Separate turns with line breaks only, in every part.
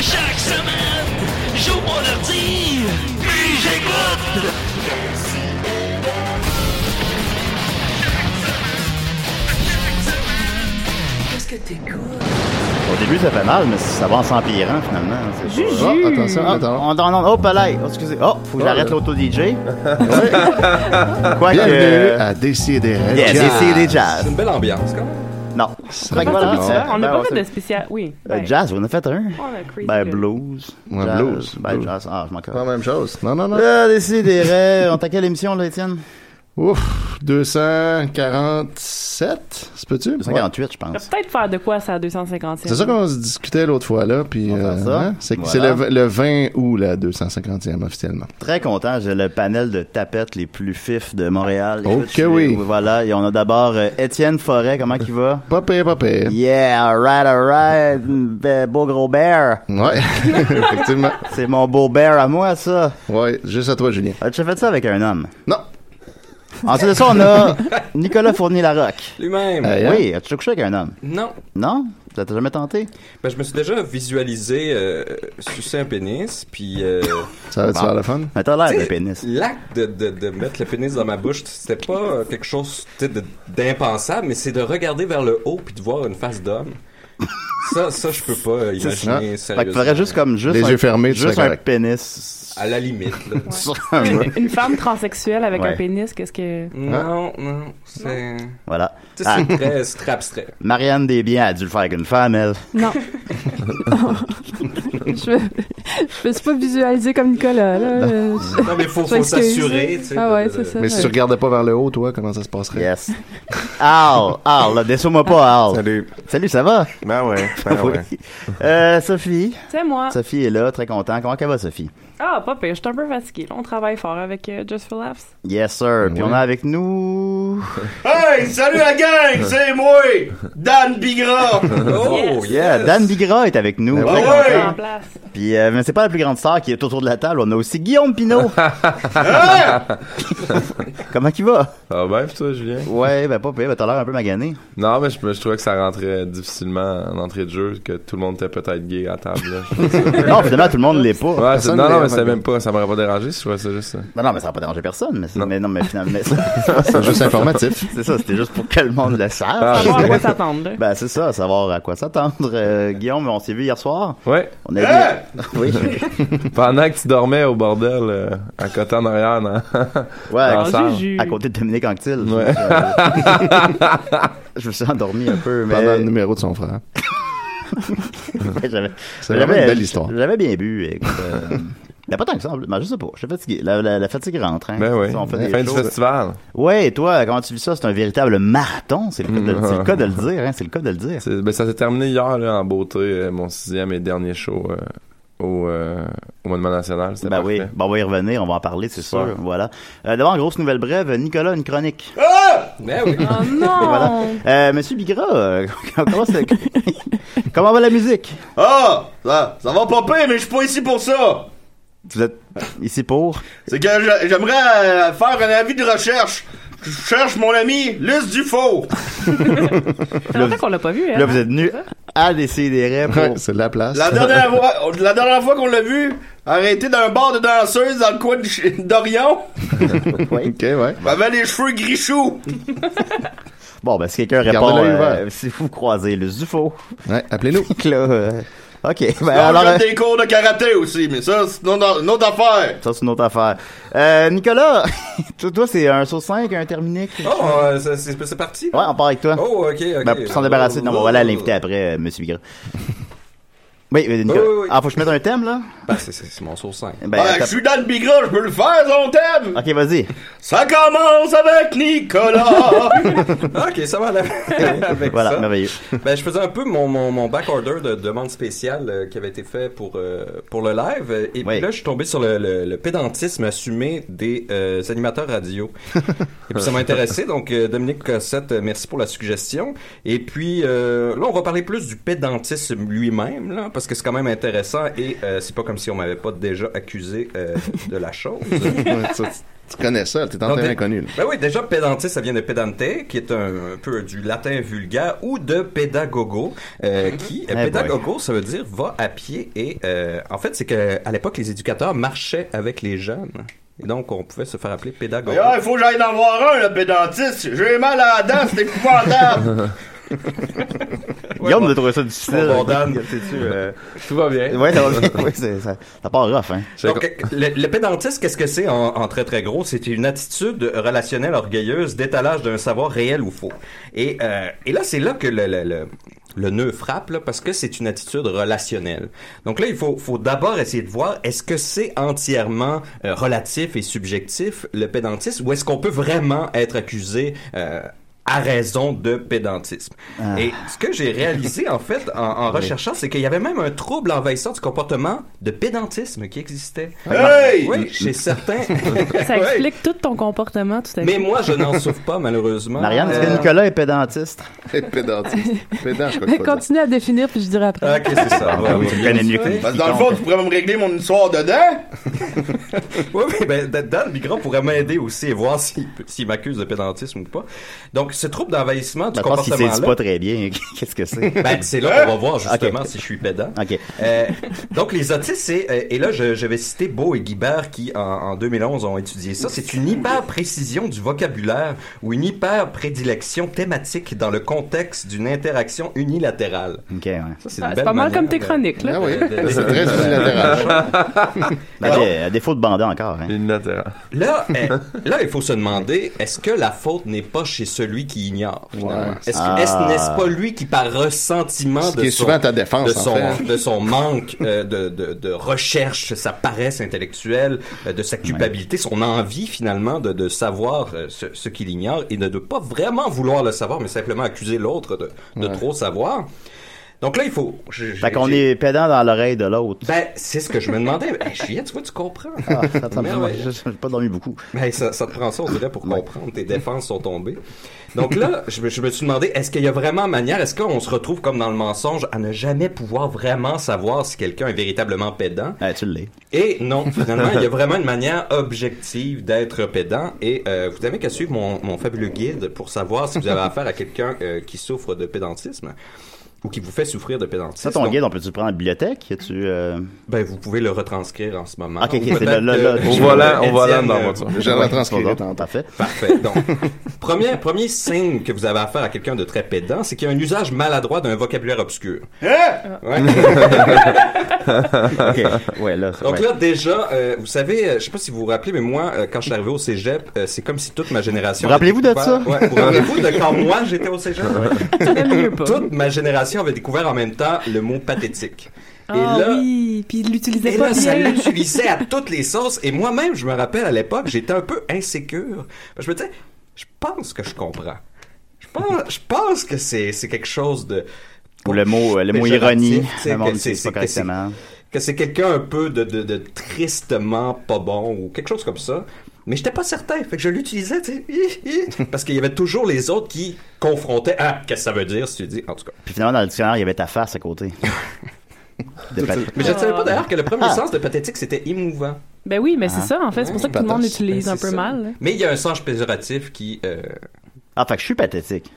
Chaque semaine, j'ouvre mon ordi, puis j'écoute. Qu'est-ce que t'écoutes?
Au début, ça fait mal, mais ça va en s'empirant finalement. C'est-
Juju!
Ah,
Oh, attention, attends. On, on, on- oh, palais. Oh, excusez. Oh, faut que j'arrête l'auto-DJ. Quoi que.
Bienvenue à Décideret.
Yes,
Jazz.
essayez des jazz.
C'est une belle ambiance, quand même.
Non. Fait que
Pas
voilà,
tant que
hein?
ça. On n'a
ben,
pas
on-
fait de spécial. Oui.
Euh,
ben,
Jazz, on en a fait un.
On a crazy.
Ben,
good.
blues.
Ouais,
Jazz,
blues,
Ben,
blues.
jazz. Ah, je m'en
Pas la
casse.
même chose. Non, non, non.
Ah, décidez. On t'a quelle émission, là, Étienne
Ouf, 247, c'est peux-tu? Ouais.
248, je
On va
pense.
peut-être faire de quoi ça à 250
C'est ça qu'on se discutait l'autre fois, là. Puis, euh, hein?
On va faire ça.
c'est
Voilà.
c'est le, le 20 août, la 250e officiellement.
Très content, j'ai le panel de tapettes les plus fifs de Montréal.
Oh
Écoute,
que
je-
oui.
Voilà, et on a d'abord euh, Étienne Forêt, comment il va?
Pas pire, pas pire.
Yeah, alright, alright, be- beau gros bear.
Ouais, effectivement.
C'est mon beau bear à moi, ça.
Ouais, juste à toi, Julien.
As-tu fait ça avec un homme?
Non.
Ensuite de ça, on a Nicolas Fournier-Larocque.
Lui-même.
Hey, hein?
Oui, as-tu couché avec un homme?
Non.
Non? Tu l'as jamais tenté?
Ben, je me suis déjà visualisé euh, sucer un pénis, puis euh,
Ça va être
Bon.
faire le fun?
Mais t'as l'air de pénis.
l'acte de, de, de mettre le pénis dans ma bouche, c'était pas euh, quelque chose tu sais, de- d'impensable, mais c'est de regarder vers le haut puis de voir une face d'homme. Ça, ça, je peux pas euh, imaginer
Fait que
sérieusement.
faudrait juste comme juste
Les
un,
yeux fermés, tu
juste
serais
un
correct.
pénis
À la limite. là.
sur un mur.
Une femme transsexuelle avec
Ouais.
un pénis, qu'est-ce que.
Non, non, c'est...
Voilà.
Tu sais,
Ah,
c'est très, c'est très abstrait.
Marianne Desbiens a dû le faire avec une femme, elle.
Non. je, me, je me suis pas visualisée comme Nicolas, là. Euh,
Non, mais faut,
je
faut
m'excuse.
s'assurer, tu sais.
Ah
de-
ouais,
de-
c'est ça.
Mais si tu
ouais.
regardais pas vers le haut, toi, comment ça se passerait?
Yes. Al, Al, là, déçois-moi pas, Al.
Salut.
Salut, ça va?
Ben ouais, ben
Oui.
ouais.
Euh, Sophie.
C'est
Ah.
moi.
Sophie est là, très content. Comment elle va, Sophie?
Ah, pas pire. Je suis un peu fatiguée. là. On travaille fort avec euh, Just for Laughs.
Yes, sir. Puis on a avec nous.
Hey, salut la gang, c'est moi, Dan Bigra.
Oh,
Yeah,
yes.
Dan Bigra est avec nous.
Ben
Très
ouais.
content.
En place.
Puis, euh, mais c'est pas la plus grande star qui est autour de la table. On a aussi Guillaume Pinault. Comment qu'il va?
Ah ben, pis toi, Julien?
Ouais, ben pas pire. Ben, t'as l'air un peu magané.
Non, mais je, me- je trouvais que ça rentrait difficilement en entrée de jeu, que tout le monde était peut-être gay à table. là.
Non, finalement, tout le monde l'est pas. Ben
Ouais, c'est-
Personne
non,
n'est
non, mais c'était
vraiment
même pas, ça m'aurait pas dérangé si je trouvais ça juste. euh,
Non, non, mais ça va pas déranger personne. Mais c'est-
Non.
mais non, mais finalement, mais ça-
C'est juste informatif.
c'est ça. C'était juste pour que le monde le
Ah,
sache.
Savoir à quoi s'attendre. là.
Ben, c'est ça, savoir à quoi s'attendre. Euh, Guillaume, on s'est vu hier soir.
Ouais.
On a vu. Oui.
Pendant que tu dormais au bordel, euh, à côté en arrière, non?
Ouais, à-
Ah, ça.
Oh, Juju.
à côté de Dominique Anctil.
Ouais.
euh, Je me suis endormi un peu, mais.
Pendant le numéro de son frère.
J'avais-
C'est vraiment
j'avais-
une belle histoire.
J'avais bien bu. Écoute, euh, mais pas tant que ça. en plus. Ben, je sais pas. Je suis fatigué. La, la- la fatigue rentre. Hein.
Ben oui.
Ça, on fait des
Fin du
choses.
festival.
Ouais, et toi, comment tu vis ça? C'est un véritable marathon. C'est le, cas de- c'est le cas de le dire. Hein. C'est le cas de le dire.
C'est- Ben, ça s'est terminé hier, là, en beauté, euh, mon sixième et dernier show euh, au, euh, au Monument National. C'était
Ben oui,
parfait.
ben, on va y revenir, on va en parler, c'est sûr.
Super.
Voilà. Euh, D'abord, grosse nouvelle brève, Nicolas, une chronique.
Ben oui.
Oh non!
voilà. Euh, Monsieur Bigra, euh, comment, c'est- comment va la musique?
Ah, ça, ça va popper, mais je suis pas ici pour ça.
Vous êtes ici pour?
C'est que je- j'aimerais euh, faire un avis de recherche. Je cherche mon ami Luce Dufaux.
Ça fait longtemps qu'on l'a pas vu, hein?
Là, vous êtes venu à décider
Ouais,
pour...
c'est de la place.
La dernière fois, la dernière fois qu'on l'a vu, arrêté dans un bar de danseuses dans le coin de chez- d'Orion,
Oui.
Ok, ouais.
il avait les cheveux gris choux.
Bon, ben, si quelqu'un
Gardez
répond,
l'œil
euh,
ouvert.
si vous croisez le Zufo,
Ouais, appelez-nous.
là, euh, OK. Ben,
Sinon,
alors,
j'ai
euh,
des cours de karaté aussi, mais ça, c'est une autre une autre affaire.
ça, c'est une autre affaire. Euh, Nicolas, toi, toi, c'est un sur 5, un terminé.
Oh, euh, ça- c'est c'est parti?
Ouais, on part avec toi.
Oh, ok, ok. Oh.
Ben, pour s'en débarrasser. Non, bon, voilà l'invité après, euh, Monsieur Bigra. Oui, euh, Nicolas.
Oui, Ah, oui, oui.
Ah, faut que je mette un thème, là?
Ben, c'est- c'est c'est mon source 5.
Ben,
Ben,
t'as-
je suis dans le bigra, je peux le faire, son thème.
OK, vas-y.
Ça commence avec Nicolas.
ok, ça va là. avec
Voilà,
ça.
merveilleux.
Ben, je faisais un peu mon, mon, mon backorder de demande spéciale euh, qui avait été fait pour, euh, pour le live. euh,
Oui.
Et puis là, je suis tombé sur le, le- le pédantisme assumé des euh, animateurs radio. et puis ça m'a intéressé. Donc, euh, Dominique Cossette, euh, merci pour la suggestion. Et puis euh, là, on va parler plus du pédantisme lui-même, là, parce que c'est quand même intéressant. Et euh, c'est pas comme si on m'avait pas déjà accusé euh, de la chose.
Ouais, ça, tu connais ça, t'es en
Non,
terrain
t'es-
inconnu. là.
Ben oui, déjà, pédanté, ça vient de pedante, qui est un, un peu du latin vulgaire, ou de pédagogo, euh, qui,
Eh boy.
pédagogo, ça veut dire va à pied, et euh, en fait, c'est que à l'époque, les éducateurs marchaient avec les jeunes, et donc on pouvait se faire appeler pédagogo.
Et, ah, il faut que j'aille en voir un, le pédantiste. J'ai mal à la dent, c'est épouvantable.
Guillaume de trouver ça difficile.
Bon, bon, Dan.
C'est-tu, euh,
Tout va bien.
Ouais, ça va bien. Oui, c'est- ça, ça part rough, hein.
J'ai-
Donc, euh, le, le pédantisme, qu'est-ce que c'est en, en très très gros? C'est une attitude relationnelle orgueilleuse d'étalage d'un savoir réel ou faux. Et, euh, et là, c'est là que le, le, le, le nœud frappe, là, parce que c'est une attitude relationnelle. Donc là, il faut, faut d'abord essayer de voir, est-ce que c'est entièrement euh, relatif et subjectif, le pédantisme, ou est-ce qu'on peut vraiment être accusé... euh, à raison de pédantisme. Et ce que j'ai réalisé, en fait, en, en recherchant, c'est qu'il y avait même un trouble envahissant du comportement de pédantisme qui existait.
Hey!
Oui, chez certains.
Ça
Ouais.
explique tout ton comportement, tout à
Mais
fait.
moi, je n'en souffre pas, malheureusement.
Marianne, est-ce
Euh,
que Nicolas est pédantiste?
Pédantiste. Pédant, je
Ben,
crois qu'il faut dire.
continue à définir, puis je dirai après.
Euh, Ok, c'est
Ah,
ça. Ouais, Ah oui.
connais mieux que
Parce que dans le fond, tu pourrais me régler mon histoire dedans.
Oui, oui, ben, d- Dan Bigrand pourrait m'aider aussi et voir s'il peut- s'il m'accuse de pédantisme ou pas. Donc, ce trouble d'envahissement du
Je pense qu'il s'est dit
comportement-là,
pas très bien. Qu'est-ce que c'est?
ben, c'est là qu'on va voir justement
Ok.
si je suis pédant.
OK.
Euh, donc les autistes, c'est euh, et là je, je vais citer Beau et Guibert qui en, en 2011 ont étudié ça. C'est une hyper précision du vocabulaire ou une hyper prédilection thématique dans le contexte d'une interaction unilatérale. Euh,
OK, ouais.
Ça,
Ah,
une
C'est
belle
pas mal
manière
comme tes
de-
chroniques, là.
Ah oui,
de- de-
c'est très unilatéral.
Ben, à- à défaut de bander encore, hein.
Une note, hein.
Là, eh, là, il faut se demander est-ce que la faute n'est pas chez celui qui ignore finalement?
Ouais.
Est-ce
Ah.
que- est-ce- n'est-ce pas lui qui par ressentiment
Ce
de
qui est
son-
souvent ta défense,
de
en
son,
fait.
de son manque euh, de, de, de recherche, sa paresse intellectuelle, euh, de sa culpabilité, son envie finalement de, de savoir euh, ce, ce qu'il ignore et de ne pas vraiment vouloir le savoir, mais simplement accuser l'autre de, de trop savoir. Donc là, il faut. je- je-
Fait qu'on
j'ai-
est pédant dans l'oreille de l'autre.
Ben, c'est ce que je me demandais. Eh, Juliette, tu vois, tu comprends.
Ah, ça, ça me-
Merveilleux.
je- je- J'ai pas dormi beaucoup.
Ben, ça, ça te prend ça, on dirait, pour comprendre. Tes défenses sont tombées. Donc là, je, me- je me suis demandé, est-ce qu'il y a vraiment manière, est-ce qu'on se retrouve comme dans le mensonge à ne jamais pouvoir vraiment savoir si quelqu'un est véritablement pédant?
Ah, tu l'es.
Et non, finalement, il y a vraiment une manière objective d'être pédant. Et euh, vous avez qu'à suivre mon, mon fabuleux guide pour savoir si vous avez affaire à quelqu'un euh, qui souffre de pédantisme ou qui vous fait souffrir de pédantisme.
Ça, ton
Donc,
guide, on peut-tu le prendre en bibliothèque? Tu, euh...
Ben, vous pouvez le retranscrire en ce moment.
Ok, ok,
Ou
c'est
peut-être
le- le-
que-
le-
Au
euh, Étienne,
volant, au volant dans la
euh,
voiture.
Je la transcrirai
bon,
tantôt.
Parfait.
Parfait. Donc, premier, premier signe que vous avez affaire à quelqu'un de très pédant, c'est qu'il y a un usage maladroit d'un vocabulaire obscur.
Ah.
Hein?
Ouais.
OK. Ouais, là, ça-
Donc
ouais.
là, déjà, euh, vous savez, euh, je sais pas si vous vous rappelez, mais moi, euh, quand je suis arrivé au cégep, euh, c'est comme si toute ma génération...
Vous rappelez-vous de
avait découvert-
ça?
Ouais, vous rappelez-vous de quand moi, j'étais au cégep?
mieux pas.
Toute ma génération avait découvert en même temps le mot pathétique. Et
Ah
là,
oui, puis il l'utilisait
Et
pas
là, ça
bien.
l'utilisait à toutes les sauces. Et moi-même, je me rappelle à l'époque, j'étais un peu insécure. Je me disais, je pense que je comprends. Je pense, je pense que c'est c'est quelque chose de.
Ou le mot, euh, le mot
péjoratif,
ironie,
tu sais,
le monde
que c'est-
n'utilise pas
c'est- que c'est-
correctement.
que c'est quelqu'un un peu de, de, de tristement pas bon ou quelque chose comme ça. Mais j'étais pas certain, fait que je l'utilisais, tu sais, hi, hi, parce qu'il y avait toujours les autres qui confrontaient. Ah, qu'est-ce que ça veut dire si tu dis, en tout cas.
Puis finalement, dans le dictionnaire, il y avait ta face à côté. De pat-
Mais je ne savais pas d'ailleurs que le premier
Ah.
sens de pathétique, c'était émouvant.
Ben oui, mais c'est ça, en fait. C'est pour ça que tout le monde
Patate.
l'utilise
Ben, Ah,
un hein.
c'est
peu
ça.
mal.
Mais il y a un sens péjoratif qui. euh,
Ah, fait que je suis pathétique.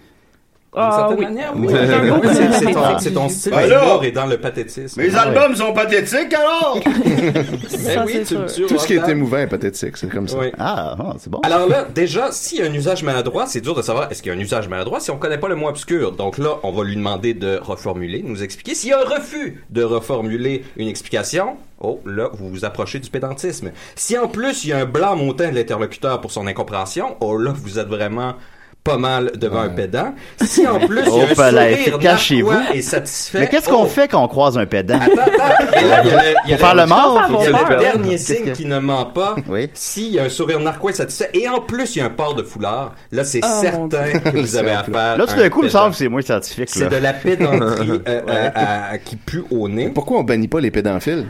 Ah
certaine
oui.
manière,
Oui,
oui.
c'est un beau
C'est-
côté
c'est ton-
pathétique.
c'est ton style
Ben
d'humour
là!
et dans le pathétisme.
Mes
Ah ouais.
albums sont pathétiques alors!
Ça,
Ben oui,
c'est
tu-
sûr.
tu-
Tout ce qui est
Roxane.
émouvant est pathétique, c'est comme ça.
Oui.
Ah, ah, c'est bon.
Alors là, déjà, s'il y a un usage maladroit, c'est dur de savoir est-ce qu'il y a un usage maladroit si on connaît pas le mot obscur. Donc là, on va lui demander de reformuler, de nous expliquer. S'il y a un refus de reformuler une explication, oh, là, vous vous approchez du pédantisme. Si en plus, il y a un blanc montant de l'interlocuteur pour son incompréhension, oh là, vous êtes vraiment pas mal devant un pédant. Si en plus, il y a
Oh,
un
palais,
sourire
cachez-vous.
narquois et satisfait.
Mais qu'est-ce qu'on
oh, Ah,
fait quand on croise un pédant?
Attends, attends. Et là, il y a le- il y a
Pour faire le mort?
Faut
Faut
faire
qu'il
peur.
le perde.
Dernier
Qu'est-ce
signe
que-
qui ne ment pas,
Oui.
s'il y a un sourire narquois satisfait, et en plus il y a un port de foulard, là c'est
Oh, mon
certain que vous avez affaire.
Là,
à
tout d'un coup, il
Ah, un
me semble que c'est moins scientifique,
pédant. C'est de
là.
la pédanterie euh, euh, à- à- qui pue au nez.
Pourquoi on bannit pas les pédophiles?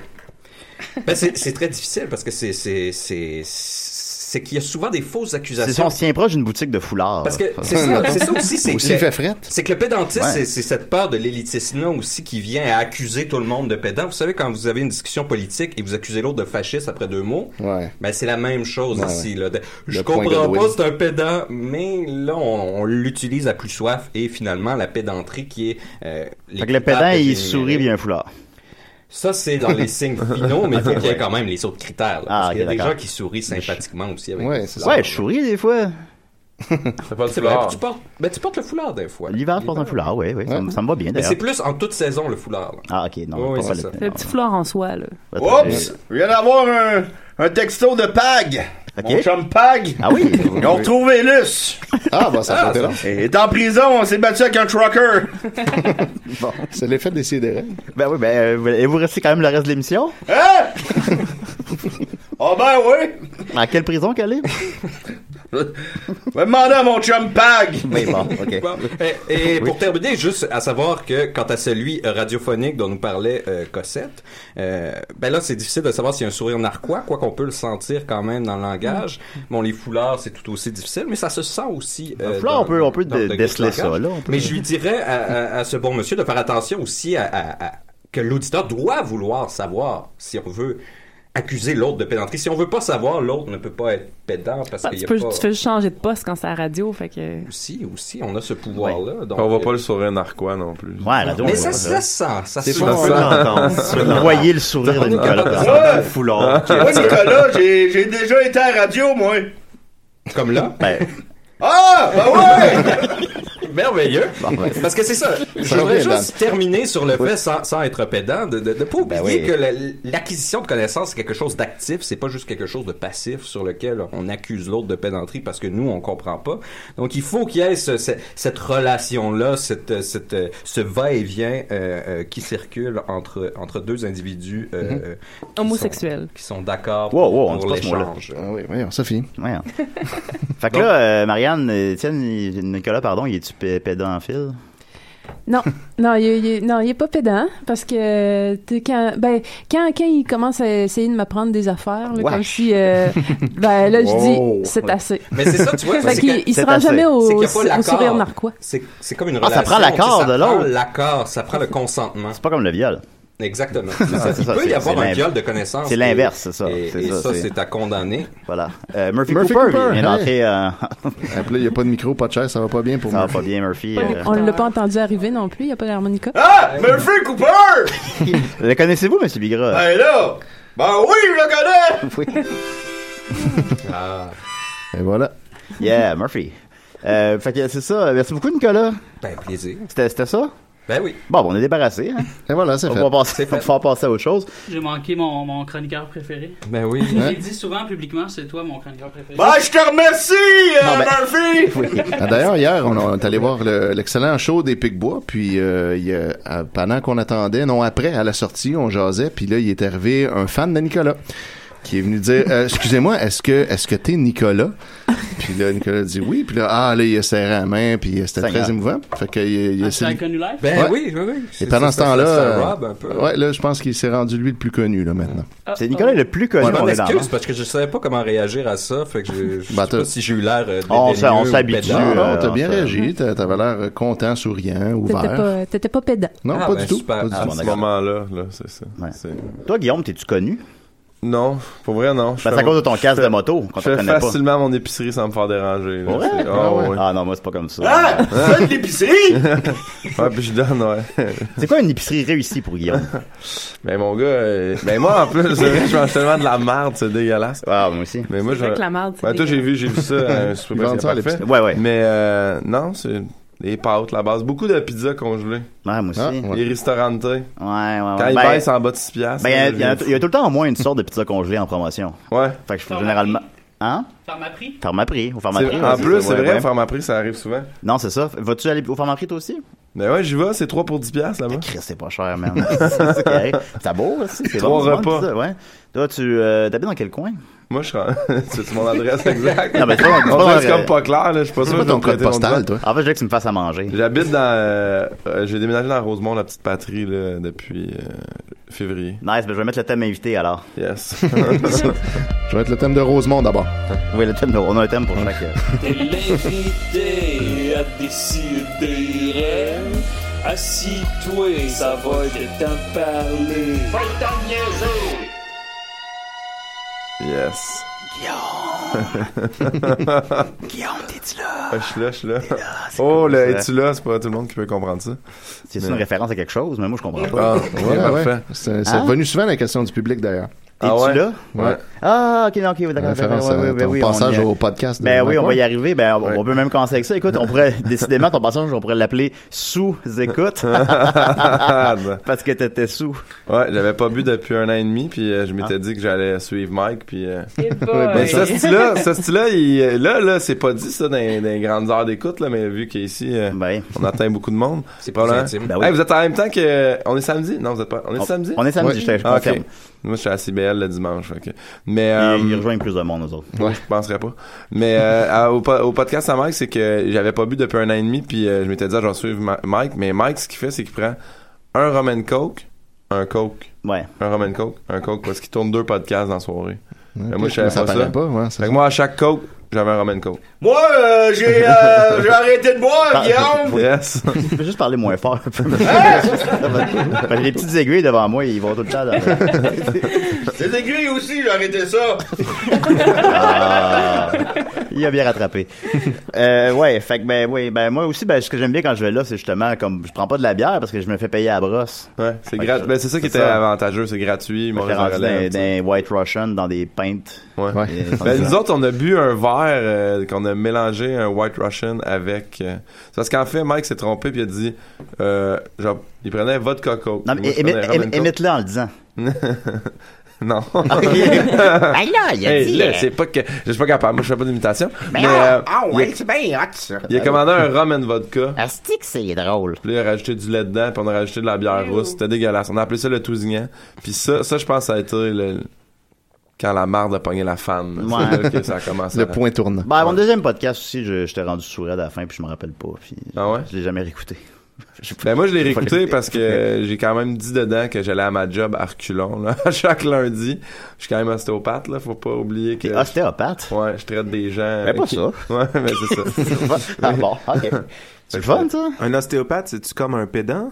Ben, c'est c'est très difficile parce que c'est c'est c'est c'est qu'il y a souvent des fausses
C'est si on
accusations.
se tient proche d'une boutique de foulards.
Parce que c'est ça, c'est ça aussi, c'est
Aussi
que-
fait frette.
C'est que le pédantisme,
Ouais.
c'est- c'est cette peur de l'élitisme là aussi qui vient à accuser tout le monde de pédant. Vous savez, quand vous avez une discussion politique et vous accusez l'autre de fasciste après deux mots,
Ouais.
ben c'est la même chose
Ouais,
ici. Là. De- je
Le point
comprends
Godwin.
pas, c'est un pédant, mais là, on, on l'utilise à plus soif et finalement, la pédanterie qui est... euh, les
Fait que le
coupables
pédant,
de
il
générer.
sourit bien un foulard.
Ça, c'est dans les signes finaux, mais il faut qu'il y ait quand même les autres critères. là,
Ah,
parce
ok,
qu'il y a des
d'accord.
gens qui sourient sympathiquement aussi avec
Ouais,
le
c'est ça.
foulard.
Ouais, je souris des fois.
Ça parle
C'est vrai, puis tu portes, ben, tu portes le foulard des fois.
L'hiver, je porte un foulard, oui, oui. Ça, me- ça me va bien,
Mais
d'ailleurs.
c'est plus en toute saison, le foulard. là.
Ah, ok, non,
Oui,
pas
c'est
le
ça.
Le petit foulard en soi, là.
Oups! Je viens d'avoir un, un texto de Pag!
Ok.
Mon chum Pag!
Ah oui?
Ils ont retrouvé Luce!
Ah, bah, ça
Ah,
peut être long.
Il est en prison, on s'est battu avec un trucker!
C'est l'effet des sidérés.
ben oui, ben, euh, vous- et vous restez quand même le reste de l'émission?
Hein? oh ben oui!
À quelle prison qu'elle est?
Je vais demander à mon chum Pag!
Mais bon, ok.
Bon, euh, Et, et pour terminer, juste à savoir que quant à celui euh, radiophonique dont nous parlait euh, Cossette, euh, ben là c'est difficile de savoir s'il y a un sourire narquois, quoi qu'on peut le sentir quand même dans le langage.
Mm.
Bon, les foulards c'est tout aussi difficile, mais ça se sent aussi. euh,
Un foulard, Ben, on peut- on peut dé-
le
déceler ça,
langage.
là, on peut-
Mais je lui dirais à, à- à ce bon monsieur de faire attention aussi à, à- à- que l'auditeur doit vouloir savoir si on veut accuser l'autre de pédanterie. Si on veut pas savoir, l'autre ne peut pas être pédant parce
Ah,
qu'il y
tu,
a
peux,
pas...
tu fais juste changer de poste quand c'est à la radio, fait que...
Aussi, aussi, on a ce pouvoir-là. donc,
On voit pas
euh,
le sourire narquois non plus.
Ouais, la
Mais
drôle.
ça, ça sent, ça
C'est
sent.
pas ça. Voyez le sourire de Nicolas quand il
Ouais.
porte un foulard.
Moi, Nicolas, j'ai j'ai déjà été à la radio, moi!
Comme là.
Ben,
Ah! Ben ouais!
Merveilleux.
Bah,
Parce que c'est ça. Je voudrais
revient, Dan.
juste terminer sur le fait, sans, sans être pédant, de, de, de pas oublier
Ben oui.
que la- l'acquisition de connaissances, c'est quelque chose d'actif. C'est pas juste quelque chose de passif sur lequel on accuse l'autre de pédanterie parce que nous, on comprend pas. Donc, il faut qu'il y ait ce- ce- cette relation-là, cette, cette, ce va-et-vient euh, euh, qui circule entre, entre deux individus euh, euh, qui sont-
Homosexuel.
qui sont, d'accord
Mm-hmm. Wow, wow, on dit
pour
pas ce mot-là.
l'échange.
Ah oui, oui, ça finit.
ouais. Fait que là, euh, Marianne, euh, tiens, il- Nicolas, pardon, il est-tu pé- pédophile?
Non, non, il, est- il est- non, il est pas pédant parce que tu sais, quand, ben, quand, quand il commence à essayer de m'apprendre des affaires, là,
Wesh.
comme si, euh, ben là, je
Wow.
dis, c'est assez.
Mais c'est ça, tu vois.
Fait
c'est
qu'il
que-
il se
c'est
rend
assez.
jamais au,
C'est qu'il y a pas
au
l'accord.
sourire narquois.
C'est, c'est comme une
Ah,
relation.
ça prend l'accord
tu sais,
de
Ça prend
l'autre.
l'accord, ça prend le consentement.
C'est pas comme le viol.
Exactement.
Ah, c'est
Il
ça,
peut
c'est-
y avoir
c'est
un
l'inv-
viol de connaissance.
c'est l'inverse, c'est ça,
Et,
c'est
et
ça,
ça,
c'est-
c'est à condamner.
Voilà. Euh, Murphy,
Murphy
Cooper,
Cooper,
vient
hey.
d'entrer. euh, ça
Après, il n'y a pas de micro, pas de chaise, ça va pas bien pour
va
moi.
pas bien, Murphy.
Pas
euh.
d'écoute.
On l'a pas entendu arriver non plus, il n'y a pas d'harmonica.
Ah! Murphy Cooper!
Le connaissez-vous, Monsieur Bigra?
Ben là! Ben oui, je le connais!
Oui.
Ah,
Et voilà.
Yeah, Murphy. Euh, fait que c'est ça. Merci beaucoup, Nicolas.
ben, plaisir.
C'était c'était ça?
Ben oui.
Bon, ben, on est débarrassé. hein.
Et voilà, c'est
On
fait.
va, passer, on va pouvoir passer à autre chose.
J'ai manqué mon, mon chroniqueur préféré.
Ben oui.
J'ai dit souvent publiquement, c'est toi mon chroniqueur préféré.
Bah,
Ben je te remercie, euh,
Non, ben-
Murphy!
Ah, D'ailleurs, hier, on, a- on est allé voir le- l'excellent show des Picbois, puis euh, il y a- à- pendant qu'on attendait, non, après, à la sortie, on jasait, puis là, il est arrivé un fan de Nicolas qui est venu dire Euh, excusez-moi est-ce que est-ce que t'es Nicolas puis là Nicolas dit oui puis là ah là il a serré la main puis euh, c'était
Seigneur.
très émouvant fait que il, il
Ah,
a
tu l'as connu live?
Ben
Ouais.
oui, oui, oui. C'est-
et pendant
c'est-
ce temps-là
c'est
euh,
un rob un peu.
ouais là je pense qu'il s'est rendu lui le plus connu là maintenant
Ah,
C'est
ah.
Nicolas le plus connu.
Je m'en
on est dans
excuse parce que je savais pas comment réagir à ça, fait que je, je
Ben,
sais pas
t'as-
si j'ai eu l'air euh,
On
dédaigneux
s'est- on
ou
s'habitue,
pédant.
euh,
non non, t'as
on
bien
se-
réagi t'a- t'avais l'air content souriant
T'étais
ben.
ouvert
pas, t'étais pas pédant.
non
Ah,
pas
ben,
du tout
super.
pas du
Ah,
tout.
bon,
À ce
d'accord.
moment-là, là, c'est ça.
Ouais.
C'est-
Toi, Guillaume, t'es-tu connu?
Non, pour vrai, non. Je fais
Ben, c'est à
mon-
cause de ton
je
casque
fais-
de moto qu'on
Je fais
comprenait pas.
facilement mon épicerie sans me faire déranger. là.
Ouais?
C'est-
Ah
oh,
ouais.
ouais.
Ah non, moi, c'est pas comme ça.
Ah! Fais de l'épicerie!
ouais, puis je donne, ouais.
C'est quoi une épicerie réussie pour Guillaume?
Mais mon gars, euh, ben moi en plus, c'est vrai que je mange tellement de la merde, c'est dégueulasse.
Ah, moi aussi.
Mais moi, je.
Fait que la merde, c'est
Ben, toi, j'ai
dégueulasse.
vu, j'ai vu ça à un
Ils
super
vendent ça à
parfait.
l'épicerie.
Ouais, ouais.
Mais euh, non, c'est des pâtes, la base. Beaucoup de pizzas congelées.
Ouais, moi aussi.
Ah,
ouais,
ouais.
Les restaurantes.
ouais, ouais.
Quand ils
Ben,
baissent en bas de 6 piastres.
ben, il y
là,
a- il y, a-
j'ai-
il y a tout le temps au moins une sorte de pizza congelée en promotion.
Ouais.
Fait que je fais
Faire
généralement. Hein?
Par ma prix?
Faire ma prix. Au
C'est-
Pharmaprix.
en
vas-y.
plus, c'est
Ouais,
vrai,
ouais.
faire ma prise, ça arrive souvent.
Non, c'est ça. Vas-tu aller au Pharmaprix toi aussi?
Ben ouais, j'y vais, c'est 3 pour 10 piastres là-bas.
Christ, c'est pas cher, man. C'est ça qui arrive. c'est beau, aussi. C'est
Trois
bon, c'est bon,
repas.
pizza, ouais. Toi, tu euh, t'habites dans quel coin?
Moi, je suis. en- c'est mon adresse exacte.
Non, mais euh, c'est pas- c'est
On
pas-
dirait que c'est comme pas clair, là. Je suis pas
C'est
sûr
pas
de
ton
me
code
prêter mon
postal,
doigt.
toi?
Ah, En fait, je veux que tu me fasses à manger.
J'habite dans. euh, euh, J'ai déménagé dans Rosemont, la petite patrie, là, depuis euh, février.
Nice, ben, je vais mettre le thème invité alors.
Yes.
Je vais être le thème de Rosemont d'abord.
Oui, le thème, on a un thème pour chaque. euh,
T'es l'invité à décider. hein? Assis-toi, ça va être t'en parler. Va t'en niaiser!
yes.
Guillaume, t'es-tu là?
Ah, je suis là, je suis là. Oh,
cool,
le
ça.
es-tu là? C'est pas tout le monde qui peut comprendre ça.
C'est une référence à quelque chose, mais moi, je comprends
Ah,
pas.
Ouais, ouais.
parfait.
C'est c'est
Hein?
revenu souvent la question du public, d'ailleurs.
T'es-tu
Ah ouais?
là?
Ouais.
Ah, ok, non, ok, oui, d'accord.
Référence
ouais,
à
ouais, ouais,
ton
oui, on
passage
y est.
au podcast. de
Ben oui,
Mike
on va y arriver. Ben, on,
Ouais.
on peut même commencer avec ça. Écoute, on pourrait, décidément, ton passage, on pourrait l'appeler sous-écoute.
ouais,
parce que t'étais sous.
j'avais pas bu depuis un an et demi, puis euh, je m'étais dit que j'allais suivre Mike, puis... euh,
Eh boy.
Mais ce style-là, ce style-là, il, euh, là, là, c'est pas dit ça dans, les- dans les grandes heures d'écoute, là, mais vu qu'ici, euh,
Ben,
on atteint beaucoup de monde.
C'est plus
Probablement.
intime.
Ben oui.
Hey, vous êtes en même temps que... On est samedi? Non, vous êtes pas... On est
on,
samedi?
on est samedi,
Ouais.
je te je
Ah,
confirme.
ok. Moi, je suis à CBL le dimanche, ok. Mais...
Ils-
euh,
Ils rejoignent plus de monde, nous autres.
Je penserais pas. Mais euh, à- au, po- au podcast à Mike, c'est que j'avais pas bu depuis un an et demi, puis euh, je m'étais dit, ah, je vais suivre Ma- Mike. Mais Mike, ce qu'il fait, c'est qu'il prend un rum and coke, un coke,
Ouais.
un rum and coke, un coke, parce qu'il tourne deux podcasts dans la soirée.
Ouais,
Mais moi, je savais
ça
pas
paraît
ça.
pas, ouais, c'est
Fait que
ça.
moi, à chaque coke, j'avais un rum and coke.
Moi, euh, j'ai euh, j'ai arrêté de
Oh,
boire,
Par-
Guillaume!
Yes!
Je peux juste parler moins fort un peu. Parce que les petites aiguilles devant moi, ils vont tout le temps dans le-
C'est aiguilles aussi, j'ai arrêté ça!
Ah. Il a bien rattrapé. Euh, ouais, fait que ben oui, ben moi aussi, ben ce que j'aime bien quand je vais là, c'est justement comme je prends pas de la bière parce que je me fais payer à la brosse.
ouais, c'est
Fait
gratuit.
que-
Ben, c'est ça qui
c'est
était
ça.
avantageux, c'est gratuit. ils m'ont
Je suis
réservé
rendu
la
dans,
petite-
dans White Russian, dans des pintes.
Ouais.
Ouais.
Et-
Ben, nous autres, on a bu un verre euh, qu'on a mélangé un White Russian avec. euh, c'est parce qu'en fait, Mike s'est trompé puis il a dit, euh, genre, il prenait votre coco.
non, mais émi- émi- émite-le en le disant.
non.
Ah là, il a
Hey,
dit.
là,
euh, Ben
c'est pas que je suis pas capable. Moi, je fais pas d'imitation. Mais, euh, il, a,
c'est bien hot, ça!
Ah,
il a commandé un rum and vodka.
Asti que c'est drôle.
Puis là, il a rajouté du lait dedans, puis on a rajouté de la bière rousse. C'était dégueulasse. On a appelé ça le tousignan. Puis ça, ça je pense, ça a été le- quand la marde a pogné la fan.
Ouais.
C'est là que ça a commencé.
Le
à-
point tourne.
Ben, mon deuxième podcast aussi, je, je t'ai rendu sourire à la fin, puis je me rappelle pas. Puis
Ah ouais?
Je l'ai jamais réécouté.
Ben moi je l'ai réécouté
Fallait-
parce que euh, j'ai quand même dit dedans que j'allais à ma job à reculons là, à chaque lundi. Je suis quand même ostéopathe là, faut pas oublier que
T'es ostéopathe?
ouais, je traite des gens.
Ben,
Mais pas
qui-
ça.
Ouais, mais c'est ça.
ah bon, ok. C'est le fun, ça?
Un ostéopathe, c'est-tu comme un pédant?